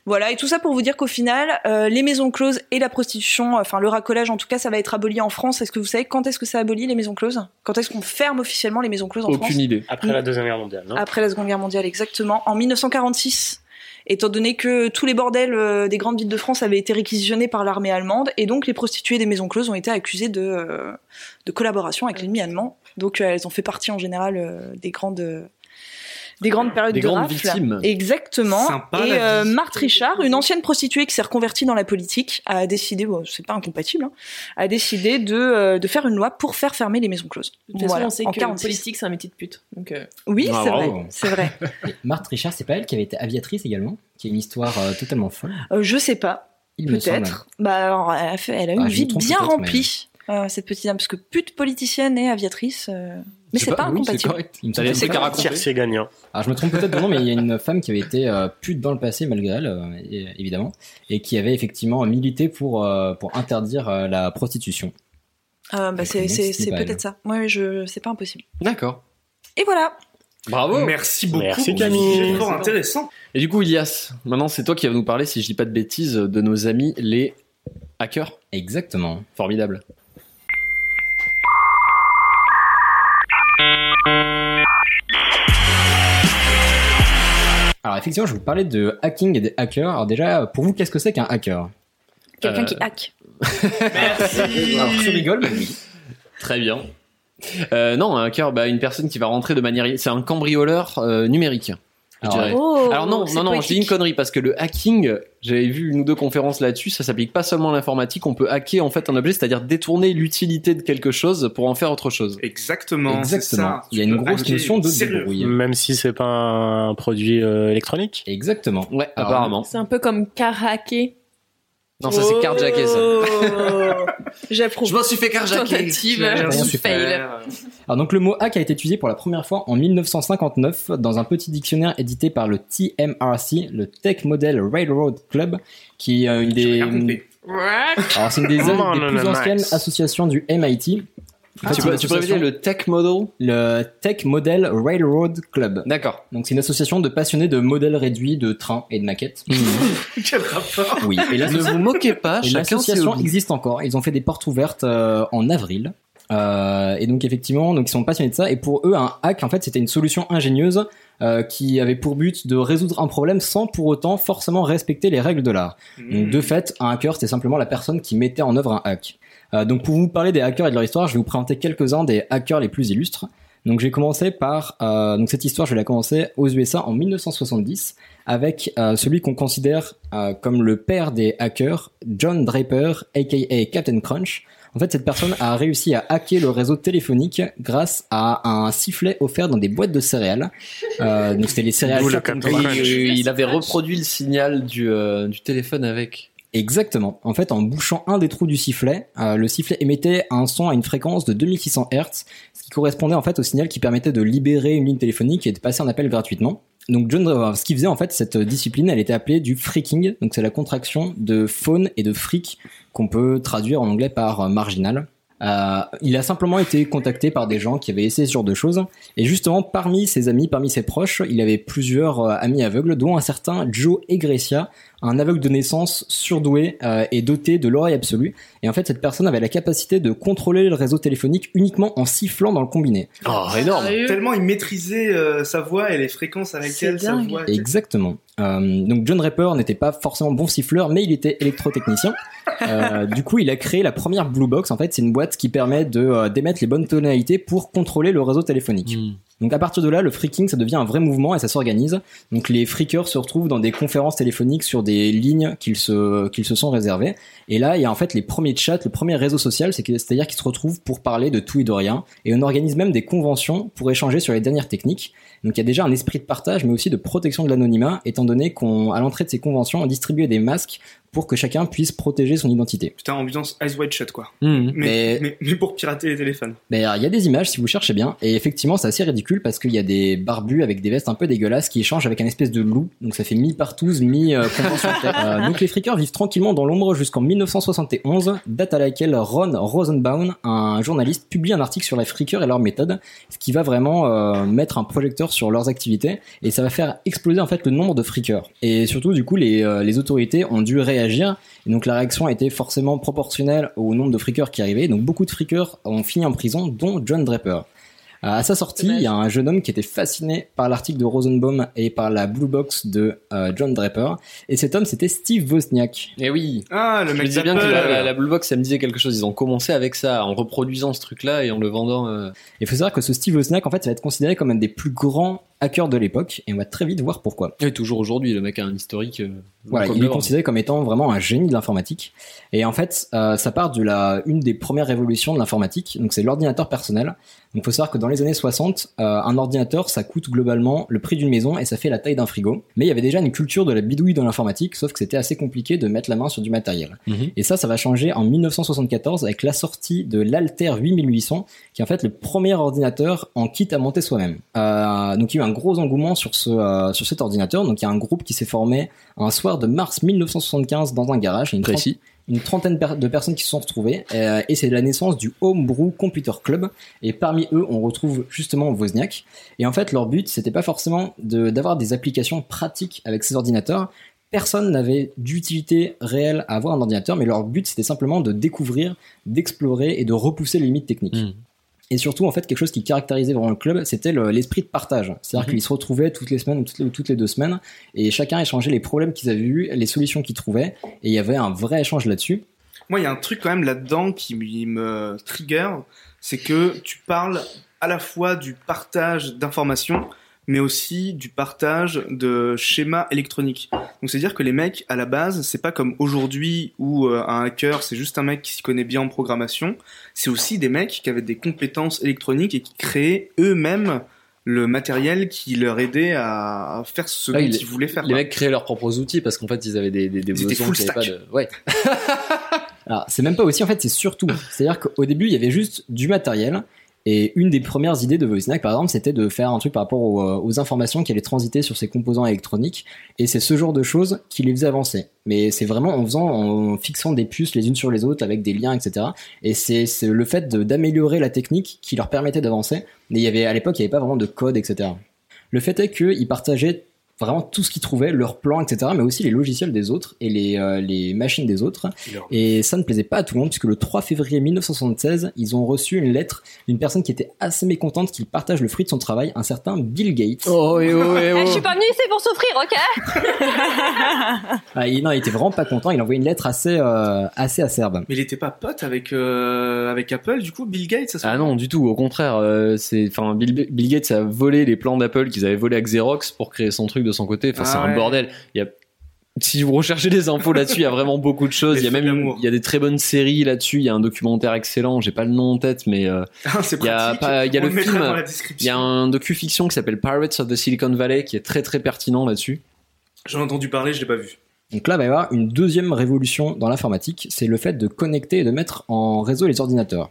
E: Voilà, et tout ça pour vous dire qu'au final, euh, les maisons closes et la prostitution, enfin le racolage, en tout cas, ça va être aboli en France. Est-ce que vous savez quand est-ce que ça abolit les maisons closes Quand est-ce qu'on ferme officiellement les maisons closes en France
A: Aucune idée.
H: Après la Deuxième Guerre mondiale,
A: Hein
H: non
E: Après la Seconde Guerre mondiale, exactement, en 1946. Étant donné que tous les bordels euh, des grandes villes de France avaient été réquisitionnés par l'armée allemande, et donc les prostituées des maisons closes ont été accusées de, euh, de collaboration avec l'ennemi allemand. Donc euh, elles ont fait partie en général euh, des grandes des grandes périodes
A: Des
E: de
A: grandes
E: rafle.
A: victimes.
E: Exactement.
F: Sympa,
E: et
F: la
E: euh,
F: vie.
E: Marthe Richard, une ancienne prostituée qui s'est reconvertie dans la politique, a décidé, bon, c'est pas incompatible, hein, a décidé de, euh, de faire une loi pour faire fermer les maisons closes.
G: De toute façon,
E: Voilà,
G: on sait
E: en
G: que
E: 46.
G: politique, c'est un métier de pute. Donc, euh,
E: Oui,
B: Ah,
E: c'est vrai,
B: bravo.
E: c'est vrai.
B: Et Marthe Richard, c'est pas elle qui avait été aviatrice également Qui a une histoire euh, totalement folle,
E: Euh, je sais pas.
B: il me semble.
E: Peut-être. Bah, alors, elle a, fait- elle a eu
B: Ah,
E: une
B: je me
E: vie
B: trompe
E: bien
B: peut-être,
E: remplie, euh, cette petite dame, parce que pute politicienne et aviatrice. euh, Mais
A: Je
E: c'est
A: sais
E: pas,
A: oui,
E: incompatible.
A: correct.
B: Il me
A: T'as
B: semble
A: des trucs
B: que-
A: à raconter.
H: Tiercé gagnant.
B: Alors je me trompe peut-être de nom, mais il y a une femme qui avait été euh, pute dans le passé malgré elle, euh, et- évidemment, et qui avait effectivement milité pour euh, pour interdire euh, la prostitution.
E: Euh, bah,
B: Mais
E: c'est
B: comment
E: c'est-
B: c'était
E: c'est
B: pas
E: peut-être
B: elle
E: ça. Moi, je c'est pas impossible.
A: D'accord.
E: Et voilà. oh.
A: Bravo.
F: Merci beaucoup.
H: Merci,
F: pour
H: Camille.
F: ce sujet fort intéressant.
A: Et du coup, Ilias, maintenant c'est toi qui vas nous parler, si je dis pas de bêtises, de nos amis les hackers.
B: Exactement.
A: Formidable.
B: Alors effectivement, je vous parlais de hacking et des hackers. Alors déjà, pour vous, qu'est-ce que c'est qu'un hacker
E: Quelqu'un
A: Euh,
E: qui hack.
B: Alors je rigole, mais oui.
A: Très bien. Euh, non, un hacker, bah, une personne qui va rentrer de manière. C'est un cambrioleur euh, numérique. je
B: Alors,
A: dirais.
E: Oh,
A: Alors non,
E: c'est
A: non, non, je dis une
E: poétique.
A: connerie parce que le hacking, j'avais vu une ou deux conférences là-dessus, ça s'applique pas seulement à l'informatique, on peut hacker en fait un objet, c'est-à-dire détourner l'utilité de quelque chose pour en faire autre chose.
F: Exactement. c'est
B: Exactement.
F: ça.
B: Il y a une
F: Tu peux
B: grosse
F: hacker
B: notion de
F: sérieux.
B: débrouille.
H: Même si c'est pas un produit euh, électronique.
B: Exactement.
A: Ouais,
B: Alors,
A: apparemment.
G: c'est un peu comme karaké.
A: Non, ça c'est carjacké ça.
E: Oh. J'approuve.
A: Je m'en suis fait carjacker.
G: Tentative,
F: J'ai
G: euh,
F: rien su
G: fail.
F: faire.
B: Alors donc le mot hack a été utilisé pour la première fois en 1959 dans un petit dictionnaire édité par le TMRC, le Tech Model Railroad Club, qui est euh, une
F: J'ai
B: des,
F: rien compris.
B: Alors, c'est une des,
H: Non,
B: des
H: non,
B: plus
H: non,
B: anciennes
H: Max.
B: associations du MIT. En fait,
A: Ah, tu
B: c'est
A: peux,
B: une
A: tu peux
B: association-
A: révéler le tech model
B: le Tech Model Railroad Club.
A: D'accord.
B: Donc, c'est une association de passionnés de modèles réduits de trains et de maquettes.
A: Mmh.
F: Quel rapport
B: Oui. Et
A: Ne
B: l'asso-
A: vous moquez pas,
B: et
A: chacun ses
B: l'association
A: hobbies.
B: existe encore. Ils ont fait des portes ouvertes euh, en avril. Euh, et donc, effectivement, donc ils sont passionnés de ça. Et pour eux, un hack, en fait, c'était une solution ingénieuse euh, qui avait pour but de résoudre un problème sans pour autant forcément respecter les règles de l'art.
F: Mmh.
B: Donc,
H: Hmm.
B: de fait, un hacker, c'était simplement la personne qui mettait en œuvre un hack. Euh, donc, pour vous parler des hackers et de leur histoire, je vais vous présenter quelques-uns des hackers les plus illustres. Donc, j'ai commencé par. euh, donc, cette histoire, je vais la commencer aux USA en 1970 avec euh, celui qu'on considère euh, comme le père des hackers, John Draper, aka Captain Crunch. En fait, cette personne a réussi à hacker le réseau téléphonique grâce à un sifflet offert dans des boîtes de céréales. Euh, donc, c'était les céréales
H: D'où le
B: Captain
H: Captain
B: Crunch.
A: Oui,
H: Crunch.
A: oui, oui, il avait reproduit le signal du, euh, du téléphone avec.
B: Exactement. En fait, en bouchant un des trous du sifflet, euh, le sifflet émettait un son à une fréquence de 2600 Hz, ce qui correspondait en fait au signal qui permettait de libérer une ligne téléphonique et de passer un appel gratuitement. Donc John Dover, ce qu'il faisait en fait, cette discipline, elle était appelée du freaking, donc c'est la contraction de phone et de freak qu'on peut traduire en anglais par euh, marginal. Euh, il a simplement été contacté par des gens qui avaient essayé ce genre de choses. Et justement, parmi ses amis, parmi ses proches, il avait plusieurs euh, amis aveugles, dont un certain Joe Egrecia, un aveugle de naissance surdoué euh, et doté de l'oreille absolue. Et en fait, cette personne avait la capacité de contrôler le réseau téléphonique uniquement en sifflant dans le combiné.
A: Oh,
G: Ah,
A: énorme.
F: Tellement il maîtrisait euh, sa voix et les fréquences avec
E: C'est
F: lesquelles sa
E: dingue.
F: voix. était-
B: Exactement. Euh, donc John Draper n'était pas forcément bon siffleur, mais il était électrotechnicien. Euh, du coup, il a créé la première Blue Box. En fait, c'est une boîte qui permet de euh, d'émettre les bonnes tonalités pour contrôler le réseau téléphonique. Donc à partir de là, le freaking, ça devient un vrai mouvement et ça s'organise. Donc les freakers se retrouvent dans des conférences téléphoniques sur des lignes qu'ils se, qu'ils se sont réservées. Et là, il y a en fait les premiers chats, le premier réseau social, c'est que- c'est-à-dire qu'ils se retrouvent pour parler de tout et de rien. Et on organise même des conventions pour échanger sur les dernières techniques. Donc il y a déjà un esprit de partage, mais aussi de protection de l'anonymat, étant donné qu'on, à l'entrée de ces conventions, on distribuait des masques pour que chacun puisse protéger son identité.
F: Putain, ambiance Eyes Wide Shut quoi.
A: Mhm.
F: Mais,
B: Mais-
F: mais... mais pour pirater les téléphones.
B: euh, Mais alors, il y a des images si vous cherchez bien, et effectivement, c'est assez ridicule. pulls parce qu'il y a des barbus avec des vestes un peu dégueulasses qui échangent avec un espèce de loup. Donc ça fait mi-partouze, mi-convention-tête. donc les friqueurs vivent tranquillement dans l'ombre jusqu'en 1971, date à laquelle Ron Rosenbaum, un journaliste, publie un article sur les friqueurs et leurs méthodes, ce qui va vraiment euh, mettre un projecteur sur leurs activités et ça va faire exploser en fait le nombre de friqueurs. Et surtout, du coup, les, euh, les autorités ont dû réagir. Et donc la réaction a été forcément proportionnelle au nombre de friqueurs qui arrivaient. Donc beaucoup de friqueurs ont fini en prison, dont John Draper. Euh, À sa sortie, il y a un jeune homme qui était fasciné par l'article de Rosenbaum et par la Blue Box de euh, John Draper. Et cet homme, c'était Steve Wozniak.
A: Et Eh oui.
F: Ah, le
A: Je me
F: mec
A: disais bien que
F: d'Apple,
A: la, la-
F: euh,
A: la Blue Box, ça me disait quelque chose. Ils ont commencé avec ça, en reproduisant ce truc-là et en le vendant. euh,
B: Il faut savoir que ce Steve Wozniak, en fait, ça va être considéré comme un des plus grands hackers de l'époque. Et on va très vite voir pourquoi.
A: Et toujours aujourd'hui, le mec a un historique. euh,
B: Voilà,
A: comme
B: il est
A: l'or.
B: considéré comme étant vraiment un génie de l'informatique. Et en fait, euh, ça part de la une des premières révolutions de l'informatique. Donc c'est l'ordinateur personnel. Donc faut savoir que dans les années 60, euh, un ordinateur ça coûte globalement le prix d'une maison et ça fait la taille d'un frigo. Mais il y avait déjà une culture de la bidouille dans l'informatique, sauf que c'était assez compliqué de mettre la main sur du matériel.
A: Mhm.
B: Et ça, ça va changer en 1974 avec la sortie de l'Alter 8800, qui est en fait le premier ordinateur en kit à monter soi-même. Euh, donc il y a eu un gros engouement sur ce euh, sur cet ordinateur. Donc il y a un groupe qui s'est formé un soir de mars 1975 dans un garage. Il y a une
A: Précis.
B: une trentaine per- de personnes qui se sont retrouvées euh, et c'est la naissance du Homebrew Computer Club et parmi eux on retrouve justement Wozniak et en fait leur but c'était pas forcément de- d'avoir des applications pratiques avec ces ordinateurs personne n'avait d'utilité réelle à avoir un ordinateur mais leur but c'était simplement de découvrir d'explorer et de repousser les limites techniques
A: Mm.
B: et surtout, en fait, quelque chose qui caractérisait vraiment le club, c'était le- l'esprit de partage. C'est-à-dire
A: Mhm.
B: qu'ils se retrouvaient toutes les semaines ou toutes les, toutes les deux semaines, et chacun échangeait les problèmes qu'ils avaient eus, les solutions qu'ils trouvaient, et il y avait un vrai échange là-dessus.
F: Moi, il y a un truc quand même là-dedans qui me- me trigger, c'est que tu parles à la fois du partage d'informations, mais aussi du partage de schémas électroniques. Donc, c'est-à-dire que les mecs, à la base, c'est pas comme aujourd'hui où euh, un hacker, c'est juste un mec qui s'y connaît bien en programmation. C'est aussi des mecs qui avaient des compétences électroniques et qui créaient eux-mêmes le matériel qui leur aidait à à faire ce
A: Ah, il-
F: qu'ils voulaient faire.
A: Les
F: quoi.
A: mecs créaient leurs propres outils parce qu'en fait, ils avaient des, des, des
F: Ils étaient
A: besoins
F: full
A: qui avaient
F: stack.
A: pas de. Ouais.
B: Alors, c'est même pas aussi, en fait, c'est surtout. C'est-à-dire qu'au début, il y avait juste du matériel, et une des premières idées de Wozniak, par exemple, c'était de faire un truc par rapport aux, euh, aux informations qui allaient transiter sur ces composants électroniques, et c'est ce genre de choses qui les faisait avancer. Mais c'est vraiment en faisant, en fixant des puces les unes sur les autres avec des liens, etc. Et c'est c'est le fait de- d'améliorer la technique qui leur permettait d'avancer. Mais il y avait, à l'époque, il n'y avait pas vraiment de code, etc. Le fait est qu'ils partageaient vraiment tout ce qu'ils trouvaient, leurs plans, etc., mais aussi les logiciels des autres et les, euh, les machines des autres. Et ça ne plaisait pas à tout le monde, puisque le 3 février 1976, ils ont reçu une lettre d'une personne qui était assez mécontente qu'il partage le fruit de son travail, un certain Bill Gates.
A: Oh, et oh, et
G: Ah,
J: Eh, je suis pas venu ici pour souffrir, ok
B: Ah, il, non, il était vraiment pas content, il envoyait une lettre assez, euh, assez acerbe.
F: Mais il était pas pote avec, euh, avec Apple, du coup, Bill Gates, ça se
A: Ah non, du tout, au contraire. euh, c'est, enfin, Bill, Bill Gates a volé les plans d'Apple qu'ils avaient volés à Xerox pour créer son truc de son côté. Enfin,
F: Ah
A: c'est un
F: ouais.
A: bordel. Il y a, si vous recherchez des infos là-dessus, il y a vraiment beaucoup de choses.
F: Les
A: Il y a
F: feux de
A: même,
F: l'amour.
A: il y a des très bonnes séries là-dessus. Il y a un documentaire excellent. J'ai pas le nom en tête, mais euh,
F: Ah, c'est
A: Il y a
F: pratique.
A: pas- il y a
F: On
A: le
F: mettra
A: film,
F: dans la
A: il y a
F: description.
A: un docu-fiction qui s'appelle Pirates of the Silicon Valley qui est très très pertinent là-dessus.
F: J'en ai entendu parler, je l'ai pas vu.
B: Donc là, il va y avoir une deuxième révolution dans l'informatique, c'est le fait de connecter et de mettre en réseau les ordinateurs.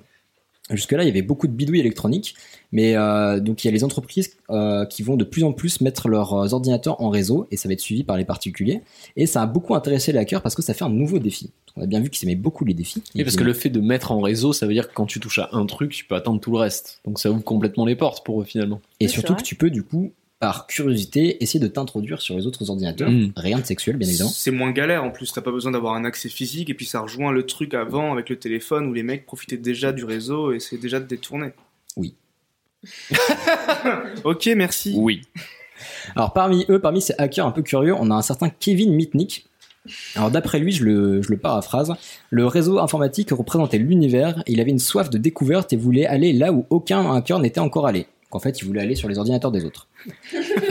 B: Jusque-là, il y avait beaucoup de bidouilles électroniques, mais euh, donc il y a les entreprises euh, qui vont de plus en plus mettre leurs euh, ordinateurs en réseau, et ça va être suivi par les particuliers. Et ça a beaucoup intéressé les hackers parce que ça fait un nouveau défi. On a bien vu qu'ils aimaient beaucoup les défis.
A: Oui, parce que le fait de mettre en réseau, ça veut dire que quand tu touches à un truc, tu peux atteindre tout le reste. Donc ça ouvre complètement les portes pour eux finalement.
B: Et
E: Oui, c'est
B: surtout
E: vrai.
B: que tu peux, du coup, par curiosité, essayer de t'introduire sur les autres ordinateurs.
A: Mm.
B: Rien de sexuel, bien évidemment.
F: C'est moins galère en plus, t'as pas besoin d'avoir un accès physique et puis ça rejoint le truc avant avec le téléphone où les mecs profitaient déjà du réseau et c'est déjà de détourner.
B: Oui.
F: ok, merci.
A: Oui.
B: Alors parmi eux, parmi ces hackers un peu curieux, on a un certain Kevin Mitnick. Alors d'après lui, je le, je le paraphrase, le réseau informatique représentait l'univers, il avait une soif de découverte et voulait aller là où aucun hacker n'était encore allé. Qu'en fait, il voulait aller sur les ordinateurs des autres.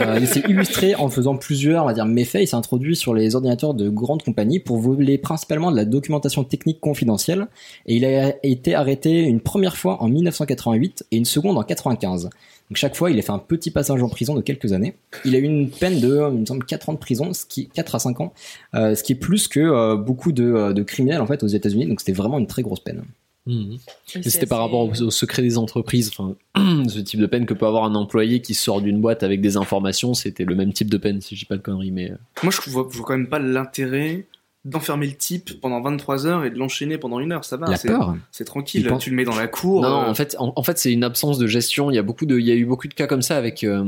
B: Euh, il s'est illustré en faisant plusieurs, on va dire, méfaits. Il s'est introduit sur les ordinateurs de grandes compagnies pour voler principalement de la documentation technique confidentielle. Et il a été arrêté une première fois en 1988 et une seconde en 95. Donc chaque fois, il a fait un petit passage en prison de quelques années. Il a eu une peine de, euh, il me semble, 4 ans de prison, ce qui 4 à 5 ans, euh, ce qui est plus que euh, beaucoup de, euh, de criminels en fait aux États-Unis. Donc c'était vraiment une très grosse peine.
A: Mhm.
G: Et
A: Et
G: c'est
A: C'était par
G: assez-
A: rapport au, au secret des entreprises, enfin, ce type de peine que peut avoir un employé qui sort d'une boîte avec des informations, c'était le même type de peine, si je dis pas de conneries, mais euh,
F: Moi, je vois, je vois quand même pas l'intérêt d'enfermer le type pendant 23 heures et de l'enchaîner pendant une heure. Ça
E: Ah,
F: va,
B: la
F: c'est-
B: peur.
F: c'est tranquille.
B: Il pense-
F: Tu le mets dans la cour.
A: Non, non,
F: euh,
A: en fait, en, en fait, c'est une absence de gestion. Il y a beaucoup de, il y a eu beaucoup de cas comme ça avec euh,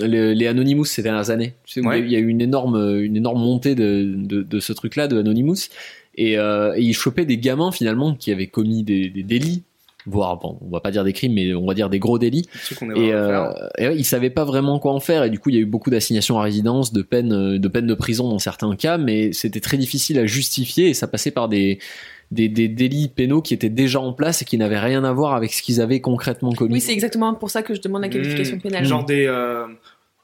A: le- les Anonymous ces dernières années. Tu sais, où
F: Ouais.
A: Il y a eu une énorme, une énorme montée de, de, de ce truc-là de Anonymous, et, euh, et ils chopaient des gamins finalement qui avaient commis des, des délits, voire, bon, on va pas dire des crimes, mais on va dire des gros délits.
F: le truc qu'on est
A: Et,
F: vraiment à
A: euh,
F: faire.
A: et ouais, ils savaient pas vraiment quoi en faire et du coup il y a eu beaucoup d'assignations à résidence, de peines euh, de peines de prison dans certains cas, mais c'était très difficile à justifier et ça passait par des des, des délits pénaux qui étaient déjà en place et qui n'avaient rien à voir avec ce qu'ils avaient concrètement commis.
G: Oui, c'est exactement pour ça que je demande la qualification
F: Mmh.
G: pénale.
F: Genre des. euh,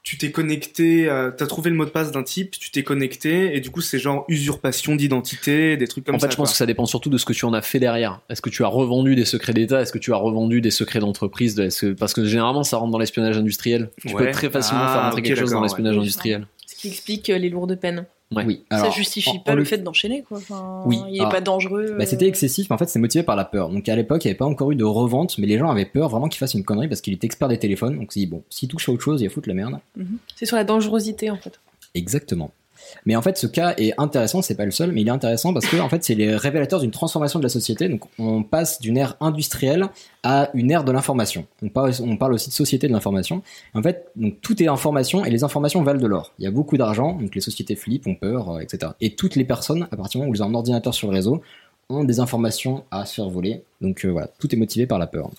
F: tu t'es connecté, euh, t'as trouvé le mot de passe d'un type, tu t'es connecté, et du coup, c'est genre usurpation d'identité, des trucs comme
A: en
F: ça.
A: fait, je pense
F: quoi.
A: que ça dépend surtout de ce que tu en as fait derrière. Est-ce que tu as revendu des secrets d'État Est-ce que tu as revendu des secrets d'entreprise de- est-ce que- Parce que généralement, ça rentre dans l'espionnage industriel. Tu
F: Ouais.
A: peux très facilement
F: Ah,
A: faire rentrer
F: ok,
A: quelque chose dans
F: d'accord,
A: l'espionnage
G: ouais.
A: industriel.
G: Ce qui explique euh, les lourdes peines.
A: Ouais.
B: Oui.
E: Ça
B: alors,
E: justifie
B: en-
E: pas
B: en
E: le
B: l'oc-
E: fait d'enchaîner, quoi. Enfin,
B: Oui.
E: Il est
B: Ah.
E: pas dangereux.
B: Bah,
E: euh.
B: c'était excessif, mais en fait, c'est motivé par la peur. Donc, à l'époque, il n'y avait pas encore eu de revente, mais les gens avaient peur vraiment qu'il fasse une connerie parce qu'il était expert des téléphones. Donc, il s'est dit, bon, s'il touche à autre chose, il va foutre la merde.
G: C'est sur la dangerosité en fait.
B: Exactement. Mais en fait, ce cas est intéressant, c'est pas le seul, mais il est intéressant parce que, en fait, c'est les révélateurs d'une transformation de la société. Donc, on passe d'une ère industrielle à une ère de l'information. On parle, on parle aussi de société de l'information. En fait, donc, tout est information et les informations valent de l'or. Il y a beaucoup d'argent, donc les sociétés flippent, ont peur, euh, etc. Et toutes les personnes, à partir du moment où ils ont un ordinateur sur le réseau, ont des informations à se faire voler. Donc, euh, voilà, tout est motivé par la peur.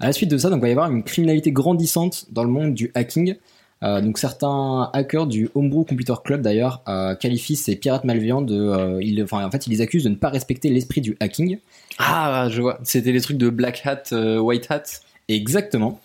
B: À la suite de ça, donc, il va y avoir une criminalité grandissante dans le monde du hacking. Euh, donc certains hackers du Homebrew Computer Club d'ailleurs euh, qualifient ces pirates malveillants de, euh, ils- enfin, en fait ils les accusent de ne pas respecter l'esprit du hacking.
A: Ah, je vois. C'était les trucs de Black Hat, euh, White Hat.
B: Exactement.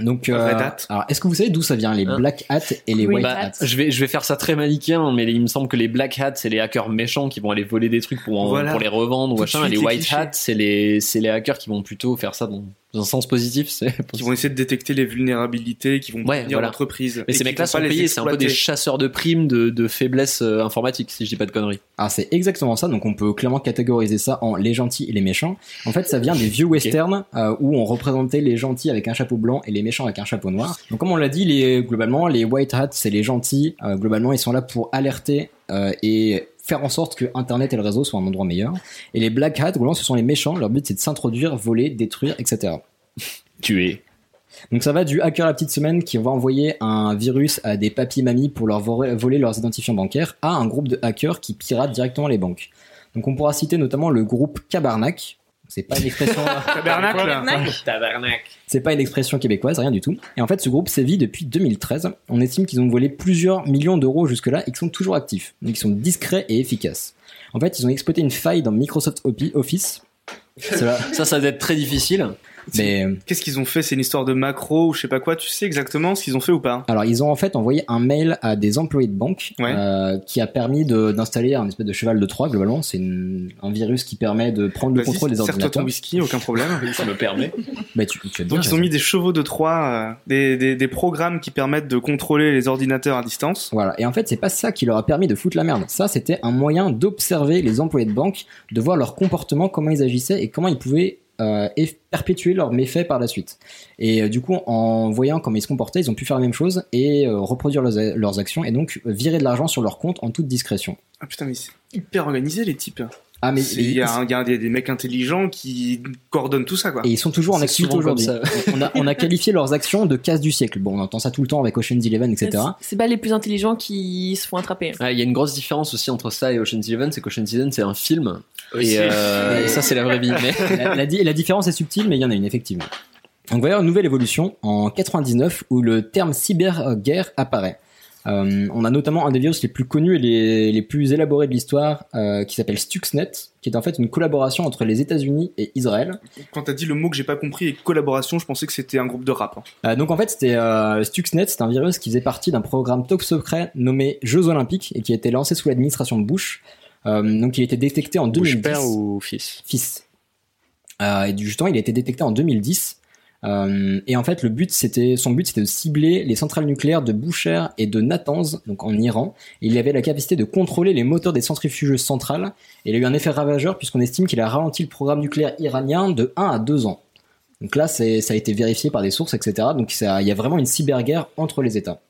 B: Donc, euh,
F: Red Hat.
B: alors est-ce que vous savez d'où ça vient les
A: Hein
B: Black Hat et les
G: Oui,
B: White
G: bah,
B: Hat
A: Je vais, je vais faire ça très manichéen, mais il me semble que les black hats, c'est les hackers méchants qui vont aller voler des trucs pour, en-
F: Voilà.
A: pour les revendre ou
F: Tout de
A: machin. Et
F: suite,
A: les
F: les
A: white
F: clichés.
A: hats, c'est les, c'est les hackers qui vont plutôt faire ça dans, dans un sens positif. c'est-
F: Qui vont essayer de détecter les vulnérabilités, qui vont
A: Ouais,
F: prévenir
A: voilà.
F: l'entreprise.
A: Mais
F: et
A: ces
F: qui
A: mecs-là
F: vont
A: sont
F: pas les
A: payés, c'est un peu des
F: exploiter.
A: chasseurs de primes de, de faiblesses euh, informatiques, si je dis pas de conneries.
B: Ah c'est exactement ça. Donc on peut clairement catégoriser ça en les gentils et les méchants. En fait ça vient des vieux westerns euh, où on représentait les gentils avec un chapeau blanc et les méchants avec un chapeau noir. Donc comme on l'a dit, les, globalement les White Hats c'est les gentils. Euh, globalement ils sont là pour alerter euh, et faire en sorte que Internet et le réseau soient un endroit meilleur. Et les Black Hats, globalement, ce sont les méchants. Leur but c'est de s'introduire, voler, détruire, etc.
A: Tuer.
B: Donc ça va du hacker la petite semaine qui va envoyer un virus à des papis mamies pour leur vo- voler leurs identifiants bancaires à un groupe de hackers qui piratent directement les banques. Donc on pourra citer notamment le groupe Cabarnac. C'est pas une expression,
F: Tabernacle
B: c'est pas une expression québécoise, rien du tout. Et en fait, ce groupe sévit depuis 2013. On estime qu'ils ont volé plusieurs millions d'euros jusque-là et qu'ils sont toujours actifs. Donc ils sont discrets et efficaces. En fait, ils ont exploité une faille dans Microsoft Opi- Office. Cela-
A: Ça, ça doit être très difficile.
B: mais euh,
F: Qu'est-ce qu'ils ont fait C'est une histoire de macro ou je sais pas quoi. Tu sais exactement ce qu'ils ont fait ou pas
B: Alors, ils ont en fait envoyé un mail à des employés de banque
F: Ouais.
B: euh, qui a permis de- d'installer un espèce de cheval de Troie, globalement. C'est une- un virus qui permet de prendre le
F: Vas-y,
B: contrôle des
F: Serre-toi ton
B: ordinateurs.
F: whisky, aucun problème.
A: Ça me permet.
B: Bah, tu, tu as bien
F: Donc ils ont
B: raison.
F: mis des chevaux de Troie, euh, des, des, des programmes qui permettent de contrôler les ordinateurs à distance.
B: Voilà. Et en fait, c'est pas ça qui leur a permis de foutre la merde. Ça, c'était un moyen d'observer les employés de banque, de voir leur comportement, comment ils agissaient et comment ils pouvaient euh, eff- perpétuer leurs méfaits par la suite. Et euh, du coup, en voyant comment ils se comportaient, ils ont pu faire la même chose et euh, reproduire leurs, leurs actions et donc virer de l'argent sur leur compte en toute discrétion.
F: Ah putain, mais c'est hyper organisé les types.
B: Ah, mais
F: C'est- Il y a, un- il y a des, des mecs intelligents qui coordonnent tout ça quoi.
B: Et ils sont toujours en
A: C'est
B: activité
A: souvent comme
B: aujourd'hui.
A: ça.
B: on, a, on a qualifié leurs actions de casse du siècle. Bon, on entend ça tout le temps avec Ocean's Eleven, etc.
G: C'est- C'est pas les plus intelligents qui se font attraper. hein.
A: Ouais, Il y a une grosse différence aussi entre ça et Ocean's Eleven, c'est qu'Ocean's Eleven, c'est un film.
F: Aussi.
A: Et, euh, et ça, c'est la vraie vie. Mais...
B: La, la di- la différence est subtile, mais il y en a une, effectivement. Donc voilà une nouvelle évolution en 99 où le terme cyberguerre apparaît. Euh, on a notamment un des virus les plus connus et les, les plus élaborés de l'histoire euh, qui s'appelle Stuxnet, qui est en fait une collaboration entre les États-Unis et Israël.
F: Quand t'as dit le mot que j'ai pas compris et collaboration, je pensais que c'était un groupe de rap. hein.
B: Euh, donc en fait, c'était euh, Stuxnet, c'est un virus qui faisait partie d'un programme top secret nommé Jeux Olympiques et qui a été lancé sous l'administration de Bush. Euh, donc il a été détecté en
H: Bouche
B: 2010.
H: père ou fils
B: fils. Euh, et du- justement, il a été détecté en 2010. Euh, et en fait, le but, c'était, son but, c'était de cibler les centrales nucléaires de Boucher et de Natanz, donc en Iran. Et il avait la capacité de contrôler les moteurs des centrifugeuses centrales. Et il a eu un effet ravageur puisqu'on estime qu'il a ralenti le programme nucléaire iranien de 1 à 2 ans. Donc là, c'est, ça a été vérifié par des sources, etc. Donc ça- il y a vraiment une cyberguerre entre les États.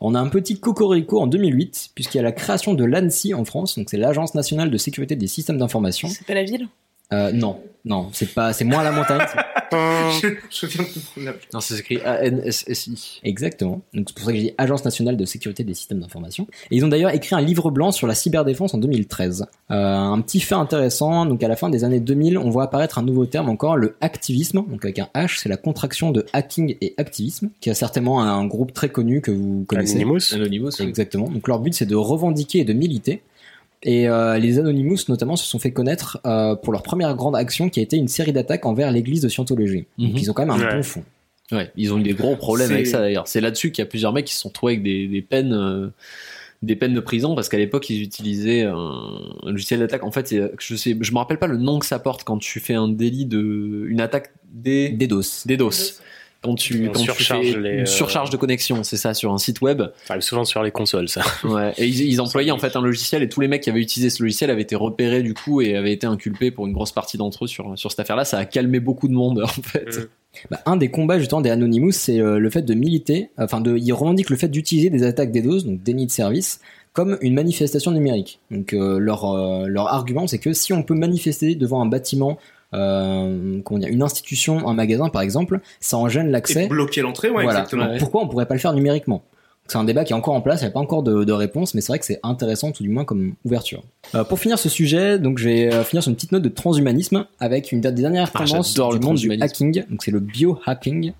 B: On a un petit cocorico en 2008, puisqu'il y a la création de l'ANSI en France, donc c'est l'Agence nationale de sécurité des systèmes d'information.
E: C'est pas la ville
B: Euh, non, non, c'est pas, c'est moins la montagne. c'est-
F: je, je viens de comprendre la
A: Non, c'est écrit ANSSI.
B: Exactement. Donc c'est pour ça que j'ai dit Agence nationale de sécurité des systèmes d'information. Et ils ont d'ailleurs écrit un livre blanc sur la cyberdéfense en 2013. Euh, un petit fait intéressant, donc à la fin des années 2000, on voit apparaître un nouveau terme encore, le activisme. Donc avec un H, c'est la contraction de hacking et activisme, qui est certainement un groupe très connu que vous connaissez.
H: Anonymous.
B: Anonymous, exactement. Donc leur but c'est de revendiquer et de militer. Et euh, les Anonymous notamment se sont fait connaître euh, pour leur première grande action qui a été une série d'attaques envers l'église de Scientologie.
A: Mhm.
B: Donc ils ont quand même un
H: Ouais.
B: bon fond.
A: Ouais, ils ont eu des gros problèmes
F: C'est-
A: avec ça d'ailleurs. C'est là-dessus qu'il y a plusieurs mecs qui se sont trouvés avec des, des peines, euh, des peines de prison parce qu'à l'époque ils utilisaient un, un logiciel d'attaque. En fait, c'est- je sais, je me rappelle pas le nom que ça porte quand tu fais un délit de, une attaque des,
B: Des doses.
A: des doses. Quand tu,
H: On
A: quand tu
H: surcharge
A: fais
H: les,
A: une
H: euh,
A: surcharge de connexion, c'est ça, sur un site web,
H: Ça arrive souvent sur les consoles, ça.
A: Ouais, et ils, ils employaient en fait un logiciel et tous les mecs qui avaient utilisé ce logiciel avaient été repérés du coup et avaient été inculpés pour une grosse partie d'entre eux sur, sur cette affaire-là. Ça a calmé beaucoup de monde en fait.
H: Mm.
B: Bah, un des combats justement des Anonymous, c'est euh, le fait de militer, enfin de, ils revendiquent le fait d'utiliser des attaques DDoS, donc déni de service, comme une manifestation numérique. Donc euh, leur, euh, leur argument, c'est que si on peut manifester devant un bâtiment, euh, comment dire, une institution, un magasin par exemple, ça en gêne
F: Et
B: l'accès.
F: bloquer l'entrée, ouais,
B: Voilà.
F: exactement.
B: Donc, Pourquoi on pourrait pas le faire numériquement c'est un débat qui est encore en place, il n'y a pas encore de, de réponse, mais c'est vrai que c'est intéressant, tout du moins comme ouverture. Euh, pour finir ce sujet, donc je vais euh, finir sur une petite note de transhumanisme avec une des dernières
A: Ah,
B: tendances
A: j'adore
B: du
A: le
B: monde du
A: transhumanisme.
B: hacking. Donc c'est le biohacking.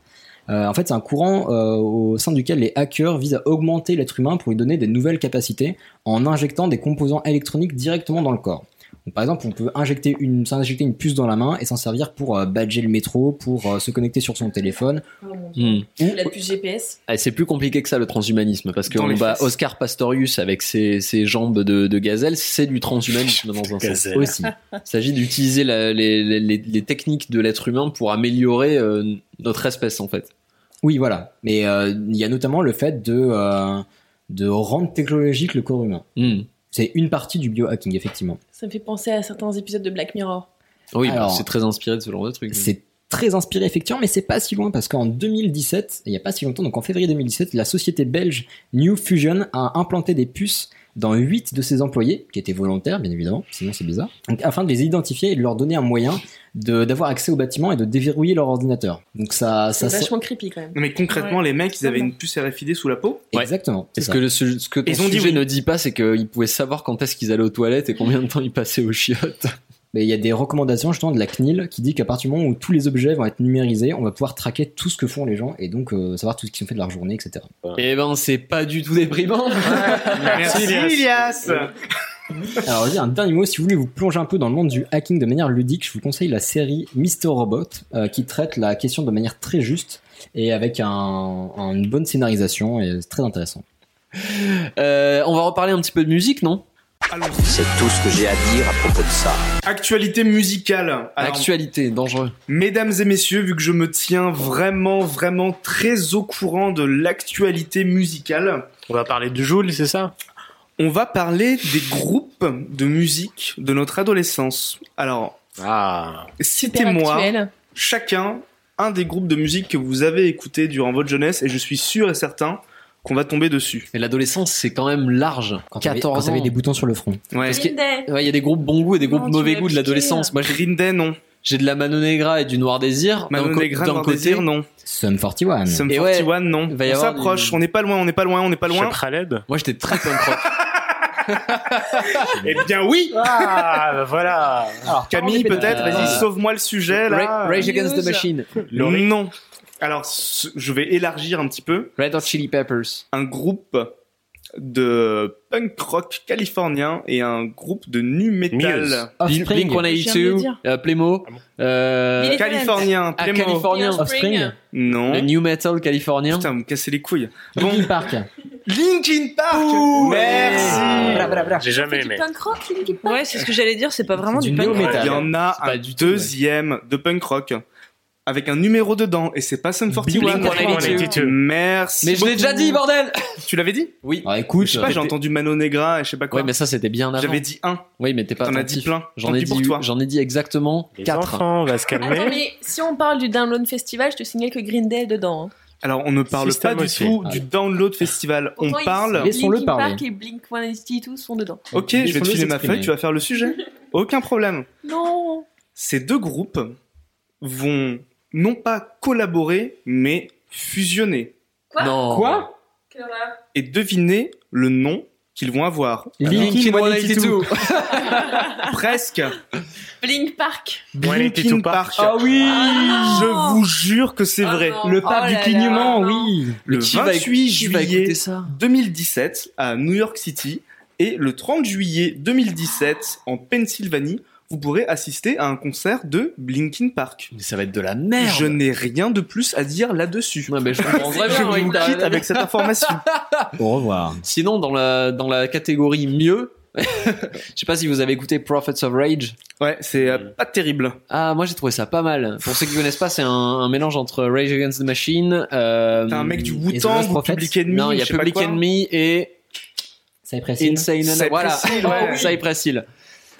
B: Euh, en fait, c'est un courant euh, au sein duquel les hackers visent à augmenter l'être humain pour lui donner des nouvelles capacités en injectant des composants électroniques directement dans le corps. Donc, par exemple, on peut injecter une, s'injecter une puce dans la main et s'en servir pour euh, badger le métro, pour euh, se connecter sur son téléphone.
A: Mm.
B: ou-
G: Oh, La puce GPS.
A: Ah, C'est plus compliqué que ça le transhumanisme parce que
F: Dans
A: on
F: les
A: bat
F: fesses.
A: Oscar Pastorius avec ses, ses jambes de, de gazelle, c'est du transhumanisme dans un sens.
H: Gazelle.
B: aussi.
A: Il s'agit d'utiliser la- les, les- les- les techniques de l'être humain pour améliorer euh, notre espèce en fait.
B: Oui, voilà. Mais euh, il y a notamment le fait de, euh, de rendre technologique le corps humain.
A: Mm.
B: C'est une partie du biohacking, effectivement.
G: Ça me fait penser à certains épisodes de Black Mirror.
A: Oui, bah,
B: Alors,
A: c'est très inspiré de ce genre de truc.
B: C'est très inspiré, effectivement, mais c'est pas si loin parce qu'en 2017, il n'y a pas si longtemps, donc en février 2017, la société belge New Fusion a implanté des puces dans 8 de ses employés, qui étaient volontaires, bien évidemment, sinon c'est bizarre, donc, afin de les identifier et de leur donner un moyen de- d'avoir accès au bâtiment et de déverrouiller leur ordinateur. Donc ça,
G: C'est
B: ça,
G: vachement creepy quand même.
F: Non, mais concrètement,
G: Ouais.
F: les mecs, ils avaient une puce RFID sous la peau.
A: Ouais.
B: exactement. c'est
A: Et ce
B: ça.
A: que, le, su- ce que ton
F: Ils ont dit
A: sujet
F: oui.
A: ne dit pas, c'est qu'ils pouvaient savoir quand est-ce qu'ils allaient aux toilettes et combien de temps ils passaient aux chiottes.
B: Mais il y a des recommandations justement de la CNIL qui dit qu'à partir du moment où tous les objets vont être numérisés, on va pouvoir traquer tout ce que font les gens et donc euh, savoir tout ce qu'ils ont fait de leur journée, etc.
A: Eh ben, c'est pas du tout déprimant.
F: Merci, Euh, Elias
B: Alors vas-y, un dernier mot, si vous voulez vous plonger un peu dans le monde du hacking de manière ludique, je vous conseille la série Mister Robot euh, qui traite la question de manière très juste et avec un- un- une bonne scénarisation et c'est très intéressant.
A: Euh, on va reparler un petit peu de musique, non
F: Allons-y.
I: C'est tout ce que j'ai à dire à propos de ça.
F: Actualité musicale. Alors,
A: Actualité, dangereux.
F: Mesdames et messieurs, vu que je me tiens vraiment, vraiment très au courant de l'actualité musicale,
H: On va parler de Joule, c'est ça
F: on va parler des groupes de musique de notre adolescence. Alors,
H: Ah.
F: citez-moi
G: Actuel.
F: chacun un des groupes de musique que vous avez écouté durant votre jeunesse et je suis sûr et certain qu'on va tomber dessus.
A: Mais l'adolescence, c'est quand même large.
B: Quand t'avais-
A: 14
B: quand
A: ans.
B: t'avais
A: Ouais,
B: des boutons sur le front.
F: Ouais.
A: Parce que-
G: Green Day.
A: Il y a des groupes bon goût et des
G: Non,
A: groupes
G: tu
A: mauvais
G: m'as
A: goût de
G: piqué,
A: l'adolescence. Moi, j'ai-
F: Green Day, non.
A: j'ai de la Mano Negra et du Noir Désir. D'un
F: Manon
A: co-
F: Negra,
A: d'un
F: Noir
A: côté. Hmm.
F: Désir, non.
B: Sum 41.
F: Sum
A: Et
F: 41,
A: ouais,
F: non.
A: il va y
F: on
A: avoir
F: s'approche,
A: du-
F: on n'est pas loin, on n'est pas loin, on n'est pas loin.
H: Chef Khaled
A: Moi, j'étais très punk rock.
F: Eh bien oui
H: Ah, bah voilà
G: Ah.
F: Camille, peut-être,
A: Euh,
F: vas-y, sauve-moi le sujet, là.
A: Ra- Rage Against the
G: News.
A: Machine.
H: Laurie.
F: Non. Alors, ce- je vais élargir un petit peu.
A: Red Hot Chili Peppers.
F: Un groupe de punk rock californien et un groupe de nu
H: Muse.
F: metal
B: Offspring.
G: Je
A: Blink
G: viens de le
A: 182.
G: dire.
A: euh, Playmo.
H: Ah bon
A: euh,
G: Billie-
F: californien.
A: ah,
F: Playmo.
A: californien.
B: Offspring.
F: Ah,
A: Le
F: Non.
A: new metal californien.
F: Putain, vous me cassez les couilles. Bon,
B: Linkin Park.
F: Linkin Park.
H: Ah.
F: Merci.
B: Bra, bra, bra.
H: J'ai jamais
G: C'est du
H: aimé.
G: punk rock, Linkin Park.
E: Ouais, c'est ce que j'allais dire, c'est pas vraiment
B: C'est
E: du
B: du
E: punk rock.
B: néo-métal.
F: Il y en a
A: C'est pas
F: un
A: du tout, ouais.
F: deuxième de punk rock. avec un numéro dedans et c'est pas Sum 41.
H: Blink-182.
F: Merci.
A: Mais je l'ai
F: beaucoup.
A: déjà dit, bordel
F: Tu l'avais dit
A: Oui.
B: Ah, écoute,
F: Je sais pas, j'ai entendu Mano Negra et je sais pas quoi.
A: Ouais, mais ça, c'était bien avant.
F: J'avais dit un.
A: Oui, mais t'es pas
F: T'en as dit
A: attentif.
F: plein.
A: J'en
F: Tant
A: ai
F: pis pour
A: dit,
F: toi.
A: j'en ai dit exactement
H: Les
A: 4.
H: enfants, on va se
G: Attends,
H: calmer.
G: mais si on parle du Download Festival, je te signale que Green Day est dedans. hein.
F: Alors, on ne parle
H: System
F: pas du
H: aussi.
F: tout
B: Ah.
F: du Download Festival. On
G: Pourtant, ils-
F: parle.
B: Laissons-le
G: Linkin
B: parler.
G: Park et Blink 182 sont dedans.
F: Ok, je vais te
B: Laissons-le
F: filer ma
B: s'exprimer.
F: feuille, tu vas faire le sujet. Aucun problème.
G: Non
F: Ces deux groupes vont non pas collaborer, mais fusionner.
G: Quoi
A: Non.
B: Quoi
F: Et deviner le nom qu'ils vont avoir.
B: Linkin 182.
F: Presque.
G: Blink Park
F: Linkin
H: 182
F: Park.
H: Park.
B: Ah oui
G: Ah
F: Je vous jure que c'est
G: Ah
F: vrai.
G: non.
B: Le
G: Oh
B: pape
G: là
B: du
G: là,
B: clignement,
G: non.
B: oui
F: Le
A: Qui va éc-
F: 28
A: qui va écouter
F: juillet
A: ça
F: 2017 à New York City et le 30 juillet 2017 en Pennsylvanie, vous pourrez assister à un concert de Blinkin Park.
A: Mais ça va être de la merde.
F: Je n'ai rien de plus à dire là-dessus.
A: Ouais, mais je comprends
F: Je
A: vraiment,
F: vous
A: oui, t'as-
F: quitte avec cette information.
B: Au revoir.
A: Sinon, dans la, dans la catégorie mieux, je sais pas si vous avez écouté Prophets of Rage.
F: Ouais, c'est euh,
A: Mm.
F: pas terrible.
A: Ah, moi j'ai trouvé ça pas mal. Pour ceux qui connaissent pas, c'est un, un mélange entre Rage Against the Machine. Euh,
F: T'as un mec du
B: Et The Lost
F: Wu-Tang, ou
B: Prophets
F: Public Enemy,
A: Non, il y a
F: je sais pas
A: Public
F: quoi.
A: Enemy et
B: Ça est précis.
A: Insane.
F: Cypress
A: voilà,
F: Hill, ouais.
A: Oh, oui. Cypress Hill.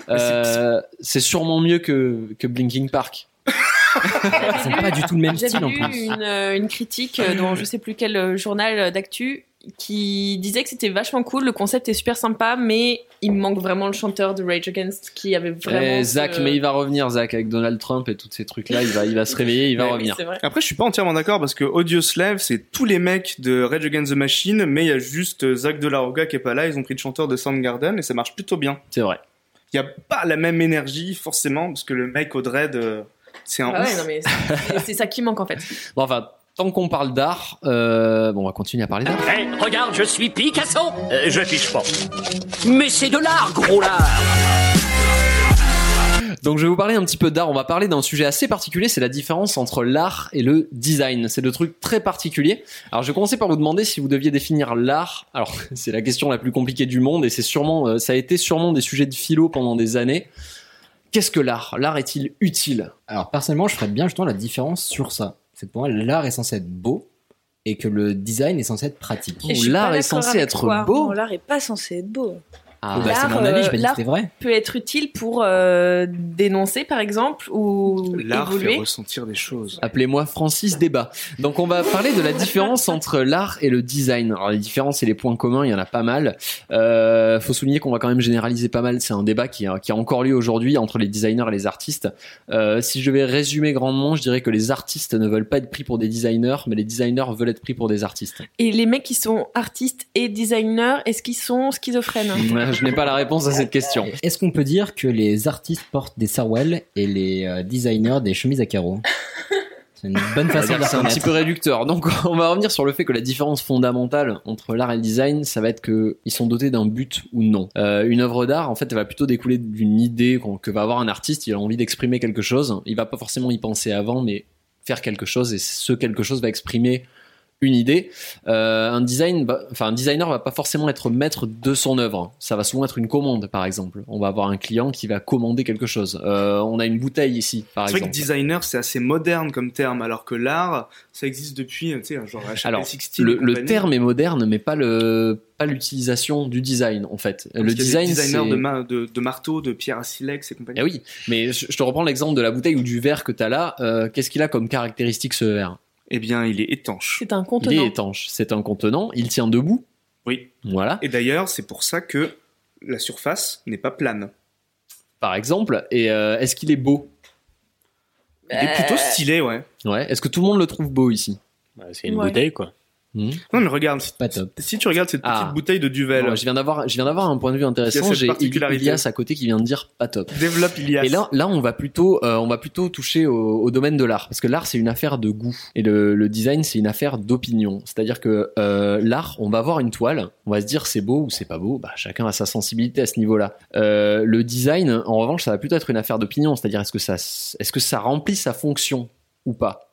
F: Mais c'est-
A: Euh, c'est sûrement mieux que, que Blinking Park.
B: C'est pas du tout le même
G: J'avais
B: style en
G: lu
B: plus.
G: une, euh, une critique euh, dans je sais plus quel euh, journal euh, d'actu qui disait que c'était vachement cool, le concept est super sympa, mais il me manque vraiment le chanteur de Rage Against qui avait vraiment. euh,
A: Eh, Zach,
G: ce-
A: mais il va revenir, Zach, avec Donald Trump et tous ces trucs-là. Il va, il va se réveiller, il va
G: Ouais, oui,
A: revenir.
G: c'est vrai.
F: Après, je suis pas entièrement d'accord parce que Audio Slave, c'est tous les mecs de Rage Against the Machine, mais il y a juste euh, Zach de la Roca qui est pas là. Ils ont pris le chanteur de Soundgarden et ça marche plutôt bien.
A: C'est vrai.
F: il n'y a pas la même énergie forcément parce que le mec au dread euh, c'est un
G: Ah ouais,
F: ouf.
G: non, mais c'est- c'est ça qui manque en fait.
A: Bon, enfin, tant qu'on parle d'art, euh, bon, on va continuer à parler d'art.
I: Hey, regarde, je suis Picasso Euh, Je fiche pas. Mais c'est de l'art, gros lard
A: Donc je vais vous parler un petit peu d'art. On va parler d'un sujet assez particulier, c'est la différence entre l'art et le design. C'est deux trucs très particuliers. Alors je vais commencer par vous demander si vous deviez définir l'art. Alors c'est la question la plus compliquée du monde et c'est sûrement, euh, ça a été sûrement des sujets de philo pendant des années. Qu'est-ce que l'art L'art est-il utile
B: Alors personnellement, je ferais bien justement la différence sur ça. C'est que pour moi, l'art est censé être beau et que le design est censé être pratique.
A: Et je suis l'art pas est d'accord censé avec être toi. beau.
E: Non, l'art est pas censé être beau.
A: Ah,
B: Bah, c'est
G: l'art,
B: mon avis, je vais
G: euh,
B: dire que c'est vrai.
G: peut être utile pour euh, dénoncer, par exemple, ou
F: L'art fait
G: évoluer.
F: ressentir des choses.
A: Appelez-moi Francis Débat. Donc on va parler de la différence entre l'art et le design. Alors les différences et les points communs, il y en a pas mal. Euh, faut souligner qu'on va quand même généraliser pas mal. C'est un débat qui, a- qui a encore lieu aujourd'hui entre les designers et les artistes. Euh, si je vais résumer grandement, je dirais que les artistes ne veulent pas être pris pour des designers, mais les designers veulent être pris pour des artistes.
G: Et les mecs qui sont artistes et designers, est-ce qu'ils sont schizophrènes
A: Euh, je n'ai pas la réponse à cette question.
B: Est-ce qu'on peut dire que les artistes portent des sarouels et les euh, designers des chemises à carreaux C'est une bonne
A: On va
B: façon
A: dire
B: de
A: que C'est un petit
B: reconnaître.
A: peu réducteur. Donc, on va revenir sur le fait que la différence fondamentale entre l'art et le design, ça va être que ils sont dotés d'un but ou non. Euh, une œuvre d'art, en fait, elle va plutôt découler d'une idée qu'on- que va avoir un artiste. Il a envie d'exprimer quelque chose. Il va pas forcément y penser avant, mais faire quelque chose et ce quelque chose va exprimer une idée. Euh, un design, va- enfin un designer va pas forcément être maître de son œuvre. Ça va souvent être une commande, par exemple. On va avoir un client qui va commander quelque chose. Euh, on a une bouteille ici, par
F: C'est vrai
A: exemple.
F: que designer c'est assez moderne comme terme alors que l'art ça existe depuis euh, tu sais genre HTML
A: Alors,
F: 16
A: le,
F: et
A: le
F: compagnie.
A: terme est moderne, mais pas le pas l'utilisation du design en fait.
F: Parce
A: le
F: qu'il y a des
A: design,
F: designers
A: c'est
F: de, ma- de, de marteau, de pierre à silex et compagnie.
A: eh oui, mais je je te reprends l'exemple de la bouteille ou du verre que t'as là. euh, Qu'est-ce qu'il a comme caractéristique ce verre
F: Eh bien, il est étanche.
G: C'est un
A: Il est
G: contenant.
A: étanche, c'est un contenant, il tient debout.
F: Oui.
A: Voilà,
F: Et d'ailleurs, c'est pour ça que la surface n'est pas plane.
A: par exemple. Et euh, est-ce qu'il est beau
F: Il est plutôt
G: Euh.
F: stylé, ouais.
A: Ouais. Est-ce que tout le monde le trouve beau ici Hmm.
H: Ouais, Bah, C'est une
G: Ouais.
H: bouteille, quoi.
F: Non, mais regarde, si,
B: Pas top.
F: si tu regardes cette petite
A: Ah.
F: bouteille de Duvel,
A: Bon, Je viens d'avoir, je viens d'avoir un point de vue
F: Il y a
A: intéressant.
F: cette
A: J'ai
F: particularité.
A: Ilias à côté qui vient de dire pas top.
F: développe Ilias.
A: Et là, là, on va plutôt, euh, on va plutôt toucher au, au domaine de l'art, parce que l'art c'est une affaire de goût et le, le design c'est une affaire d'opinion. C'est-à-dire que euh, l'art, on va voir une toile, on va se dire c'est beau ou c'est pas beau. Bah, chacun a sa sensibilité à ce niveau-là. Euh, le design, en revanche, ça va plutôt être une affaire d'opinion, c'est-à-dire est-ce que ça, s- est-ce que ça remplit sa fonction ou pas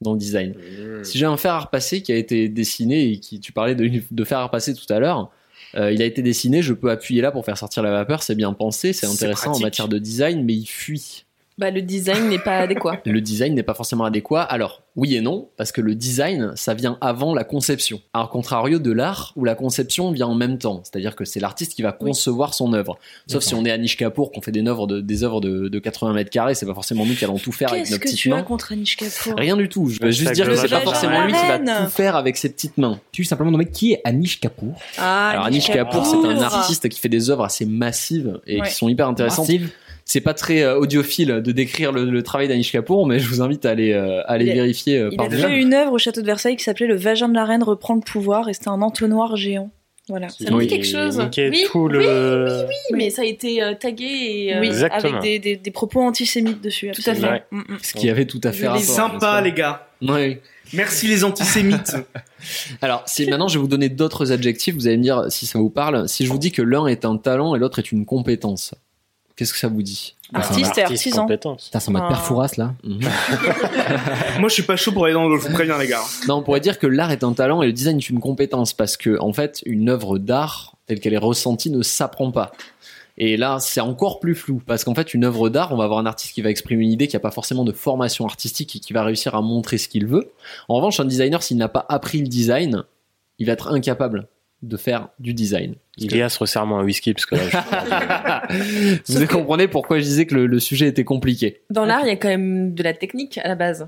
A: dans le design. Si j'ai un fer à repasser qui a été dessiné et qui tu parlais de, de fer à repasser tout à l'heure, euh, il a été dessiné, je peux appuyer là pour faire sortir la vapeur, c'est bien pensé, c'est
F: C'est
A: intéressant en
F: pratique.
A: matière de design, mais il fuit.
G: Bah, le design n'est pas adéquat.
A: le design n'est pas forcément adéquat. Alors, oui et non, parce que le design, ça vient avant la conception. Alors, contrario de l'art, où la conception vient en même temps. C'est-à-dire que c'est l'artiste qui va concevoir son œuvre. Sauf si on est Anish Kapoor, qu'on fait des œuvres de, des œuvres de, de 80 mètres carrés, c'est pas forcément nous qui allons tout faire avec
E: Qu'est-ce
A: nos
E: que
A: petites
E: tu as
A: mains.
E: contre Anish Kapoor
A: Rien du tout. Je veux juste
H: Ça
A: dire que
H: globe
A: c'est pas
H: jamais.
A: forcément lui qui va
E: Arène.
A: tout faire avec ses petites mains.
B: Tu simplement nommé qui est Anish Kapoor
E: Ah,
A: Alors Anish Kapoor, c'est un artiste qui fait des œuvres assez massives et
E: Ouais.
A: qui sont hyper intéressantes.
B: Massive.
A: C'est pas très euh, audiophile de décrire le, le travail d'Anish Kapoor, mais je vous invite à aller, euh, à aller
E: Il a-
A: vérifier euh,
E: Il
A: par
E: a
A: vous-même.
E: fait une œuvre au château de Versailles qui s'appelait Le vagin de la reine reprend le pouvoir et c'était un entonnoir géant. Voilà.
G: Ça me
A: Oui.
G: dit quelque chose.
H: Qui est
G: Oui,
H: tout le.
G: oui, mais ça a été euh, tagué et. euh,
E: Oui,
H: Exactement.
E: avec des, des- des propos antisémites dessus.
G: Tout à
E: absolument.
H: fait.
E: Mm, mm.
A: Ce qui avait tout à
E: Je
A: fait
E: l'ai
A: rapport.
F: Sympa, les
A: n'est-ce
F: gars.
A: pas Ouais.
F: Merci les antisémites.
A: Alors, si maintenant je vais vous donner d'autres adjectifs, vous allez me dire si ça vous parle. Si je vous dis que l'un est un talent et l'autre est une compétence, qu'est-ce que ça vous dit Mhm.
E: Artiste et artisan.
H: compétence.
B: Putain, c'est en mode
G: Oh.
E: Ah.
B: perfouras là.
F: Moi, je suis pas chaud pour aller dans l'eau, je vous préviens, les gars.
A: Non, on pourrait dire que l'art est un talent et le design est une compétence parce que, en fait, une œuvre d'art telle qu'elle est ressentie ne s'apprend pas. Et là, c'est encore plus flou parce qu'en fait, une œuvre d'art, on va avoir un artiste qui va exprimer une idée qui n'a pas forcément de formation artistique et qui va réussir à montrer ce qu'il veut. En revanche, un designer, s'il n'a pas appris le design, il va être incapable de faire du design.
H: Ilias, resserre-moi un whisky parce que là, je-
A: Vous comprenez pourquoi je disais que le, le sujet était compliqué.
G: Dans l'art, il y a quand même de la technique à la base.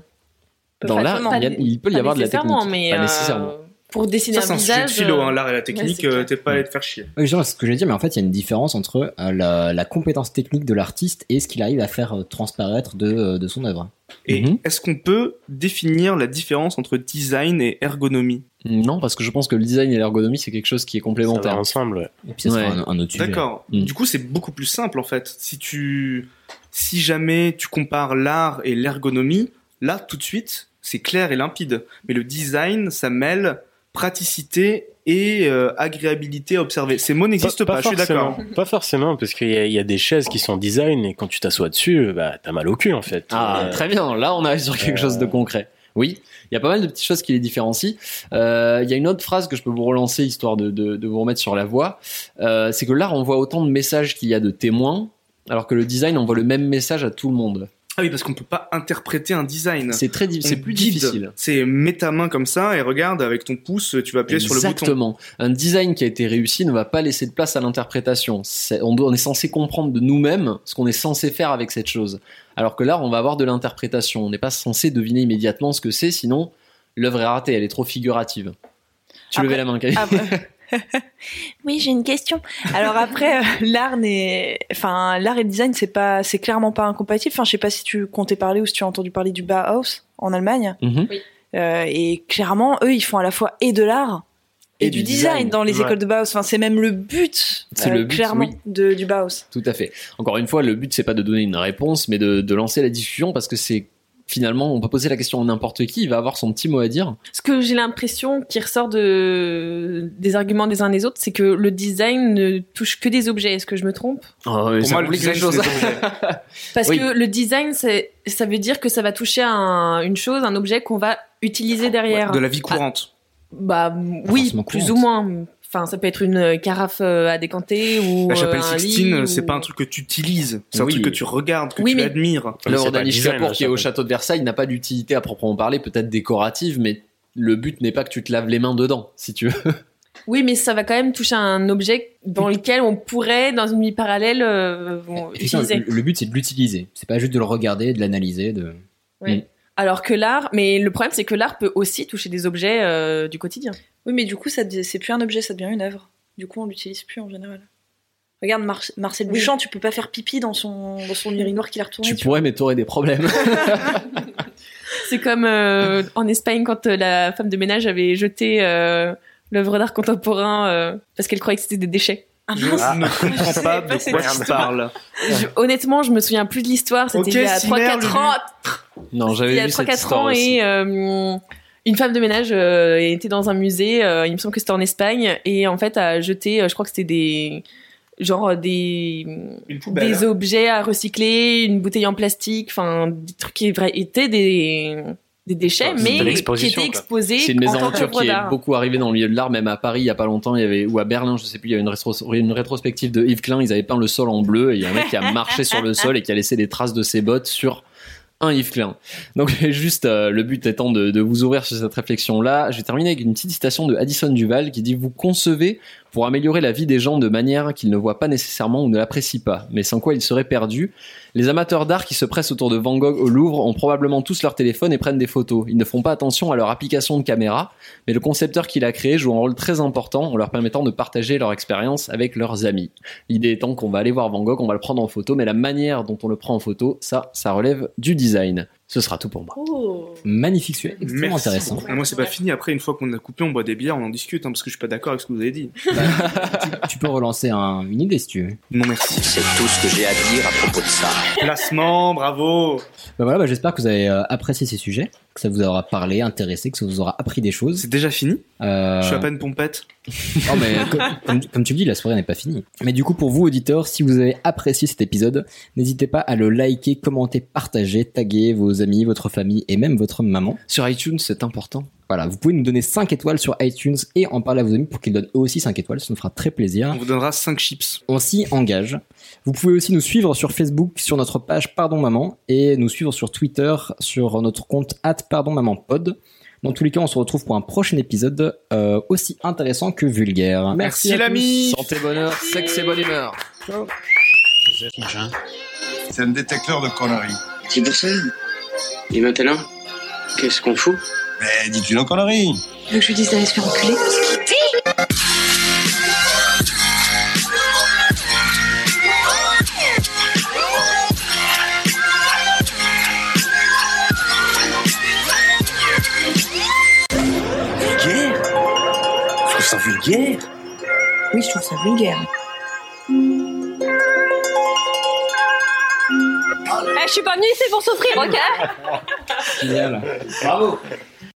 G: Pas
A: Dans l'art,
G: forcément.
A: il, y a- il peut y
G: Pas
A: avoir de la
G: nécessairement,
A: technique.
G: Mais,
A: Pas
G: euh,
A: nécessairement.
G: Pour dessiner
F: Ça, c'est
G: un
F: un sujet de
G: visage.
F: philo, hein,
G: euh,
F: l'art et la
G: ouais,
F: technique,
G: c'est
F: euh,
G: clair.
F: t'es pas allé te faire chier.
B: Oui, genre, ce que je veux dire, mais en fait, il y a une différence entre euh, la, la compétence technique de l'artiste et ce qu'il arrive à faire euh, transparaître de, euh, de son œuvre.
F: Et
A: Mhm.
F: est-ce qu'on peut définir la différence entre design et ergonomie
A: Non, parce que je pense que le design et l'ergonomie, c'est quelque chose qui est
H: ça va
A: complémentaire.
H: ensemble. ouais.
B: Et puis, ça sera
A: Ouais.
B: un, un autre sujet.
F: D'accord.
A: Mhm.
F: Du coup, c'est beaucoup plus simple en fait. Si tu, si jamais tu compares l'art et l'ergonomie, là tout de suite, c'est clair et limpide. Mais le design, ça mêle praticité et euh, agréabilité à observer. Ces mots n'existent pas, je suis
H: forcément.
F: d'accord.
H: Pas forcément, parce qu'il y, a- il y a des chaises qui sont design et quand tu t'assois dessus, bah, t'as mal au cul en fait.
A: Ah,
H: Euh,
A: très bien. Là, on arrive sur quelque chose de
F: Euh.
A: concret. Oui, il y a pas mal de petites choses qui les différencient. Euh, Il y a une autre phrase que je peux vous relancer, histoire de, de- de vous remettre sur la voie. Euh, c'est que l'art envoie autant de messages qu'il y a de témoins, alors que le design envoie le même message à tout le monde.
F: Ah oui, parce qu'on peut pas interpréter un design.
A: C'est très, di-
F: On
A: c'est plus
F: guide.
A: difficile.
F: C'est mets ta main comme ça et regarde avec ton pouce, tu vas appuyer sur le bouton.
A: Exactement. Un design qui a été réussi ne va pas laisser de place à l'interprétation. C'est- On, doit- on est censé comprendre de nous-mêmes ce qu'on est censé faire avec cette chose. Alors que là, on va avoir de l'interprétation. On n'est pas censé deviner immédiatement ce que c'est, sinon l'œuvre est ratée, elle est trop figurative. Tu
E: Après-
A: levais la main, Camille.
E: Après- Ah, oui, j'ai une question. Alors après, euh, l'art n'est, enfin, l'art et le design, c'est pas, c'est clairement pas incompatible. Enfin, je sais pas si tu comptais parler ou si tu as entendu parler du Bauhaus en Allemagne.
A: Mhm.
E: Euh, et clairement, eux, ils font à la fois et de l'art et, du design, dans les
F: Ouais.
E: écoles de Bauhaus. Enfin, c'est même le but, euh,
A: C'est le but,
E: clairement,
A: oui.
E: de, du Bauhaus.
A: Tout à fait. Encore une fois, le but c'est pas de donner une réponse, mais de, de lancer la discussion parce que c'est finalement on peut poser la question à n'importe qui, il va avoir son petit mot à dire.
G: Ce que j'ai l'impression qui ressort de... des arguments des uns des autres, c'est que le design ne touche que des objets. Est-ce que je me trompe
F: Pour moi, le
A: complique la
F: design,
A: chose.
F: c'est des objets.
G: Parce
A: Oui.
G: que le design, c'est- ça veut dire que ça va toucher à un- une chose, un objet qu'on va utiliser derrière.
F: de la vie courante.
G: Bah oui,
B: forcément
G: plus
B: courante.
G: ou moins. Enfin, ça peut être une carafe euh, à décanter ou
F: La
G: euh,
F: chapelle
G: un lit,
F: Bah, Sixtine,
G: ou-
F: c'est pas un truc que tu utilises, c'est
A: Oui. Ah,
F: un truc que tu regardes, que
G: Oui,
F: tu
G: mais-
F: admires.
H: mais c'est
A: L'œuvre
H: pas le
A: d'Anish
H: design,
A: Kapoor
H: la
A: qui est au
H: chapelle.
A: château de Versailles n'a pas d'utilité à proprement parler, peut-être décorative, mais le but n'est pas que tu te laves les mains dedans, si tu veux.
G: Oui, mais ça va quand même toucher à un objet dans lequel on pourrait, dans une vie parallèle, euh, bon,
B: Effectivement,
G: utiliser.
B: le, le but, c'est de l'utiliser. C'est pas juste de le regarder, de l'analyser. De...
G: Alors que l'art, mais le problème c'est que l'art peut aussi toucher des objets euh, du quotidien.
E: Oui, mais du coup, ça devient- c'est plus un objet, ça devient une œuvre. Du coup, on l'utilise plus en général. Regarde Mar- Marcel
G: Oui.
E: Duchamp, tu peux pas faire pipi dans son dans son urinoir qu'il a retourné.
A: tu
E: tu
A: pourrais, mais t'aurais des problèmes.
G: C'est comme euh, en Espagne quand euh, la femme de ménage avait jeté euh, l'œuvre d'art contemporain euh, parce qu'elle croyait que c'était des déchets.
F: Je ne comprends pas
E: pas
F: de
E: cette
F: quoi tu parles.
G: Je- honnêtement, je me souviens plus de l'histoire. C'était
F: Ok,
G: il y a
F: Simer,
G: 3-4
F: le
G: ans.
A: non,
G: Il y
A: j'avais
G: a
A: vu cette
G: 3-4
A: histoire
G: ans
A: aussi.
G: et euh, une femme de ménage euh, était dans un musée, euh, il me semble que c'était en Espagne, et en fait a jeté, euh, je crois que c'était des genre euh, des
F: Une
G: des objets à recycler, une bouteille en plastique, enfin des trucs qui vra- étaient des des déchets,
H: Ouais, c'était
G: mais qui
H: l'exposition,
G: étaient
H: quoi.
G: exposés
A: C'est une
G: en tant
A: mésaventure
G: qu'œuvre
A: qui est
G: d'art.
A: beaucoup arrivée dans le milieu de l'art, même à Paris il y a pas longtemps, il y avait ou à Berlin, je sais plus, il y avait une, rétro- une rétrospective de Yves Klein, ils avaient peint le sol en bleu et il y a un mec qui a marché sur le sol et qui a laissé des traces de ses bottes sur un Yves Klein. Donc juste euh, le but étant de, de vous ouvrir sur cette réflexion là, je vais terminer avec une petite citation de Addison Duval qui dit vous concevez pour améliorer la vie des gens de manière qu'ils ne voient pas nécessairement ou ne l'apprécient pas, mais sans quoi ils seraient perdus. Les amateurs d'art qui se pressent autour de Van Gogh au Louvre ont probablement tous leur téléphone et prennent des photos. Ils ne font pas attention à leur application de caméra, mais le concepteur qui l'a créé joue un rôle très important en leur permettant de partager leur expérience avec leurs amis. L'idée étant qu'on va aller voir Van Gogh, on va le prendre en photo, mais la manière dont on le prend en photo, ça, ça relève du design. Ce sera tout pour moi.
G: Oh.
B: Magnifique sujet, extrêmement
F: Merci
B: intéressant.
F: beaucoup. Ah, moi, c'est pas fini. Après, une fois qu'on a coupé, on boit des bières, on en discute, hein, parce que je suis pas d'accord avec ce que vous avez dit.
B: Tu peux relancer un- une idée si tu veux.
F: Non, merci.
I: C'est tout ce que j'ai à dire à propos de ça.
F: Placement, bravo.
B: Bah voilà, bah j'espère que vous avez euh, apprécié ces sujets, que ça vous aura parlé, intéressé, que ça vous aura appris des choses.
F: C'est déjà fini.
B: Euh,
F: Je suis à peine pompette.
B: non, mais co- comme, comme tu me dis, la soirée n'est pas finie. Mais du coup, pour vous, auditeurs, si vous avez apprécié cet épisode, n'hésitez pas à le liker, commenter, partager, taguer vos amis, votre famille et même votre maman.
A: Sur iTunes, c'est important.
B: Voilà, vous pouvez nous donner 5 étoiles sur iTunes et en parler à vos amis pour qu'ils donnent eux aussi 5 étoiles, ça nous fera très plaisir.
F: On vous donnera 5 chips.
B: on s'y engage. Vous pouvez aussi nous suivre sur Facebook, sur notre page Pardon Maman, et nous suivre sur Twitter, sur notre compte at Pardon Maman Pod. Dans tous les cas, on se retrouve pour un prochain épisode euh, aussi intéressant que vulgaire.
F: Merci, l'ami.
A: Santé, bonheur, sexe et bonne humeur.
C: C'est un détecteur de conneries.
D: C'est pour ça. Et maintenant, qu'est-ce qu'on fout
C: Mais dis-tu nos conneries
J: veux que je lui dise d'aller se faire enculer
I: Vulgaire Je trouve ça vulgaire
J: Oui, je trouve ça vulgaire.
G: Eh, je suis pas venue ici pour souffrir, ok
B: Génial.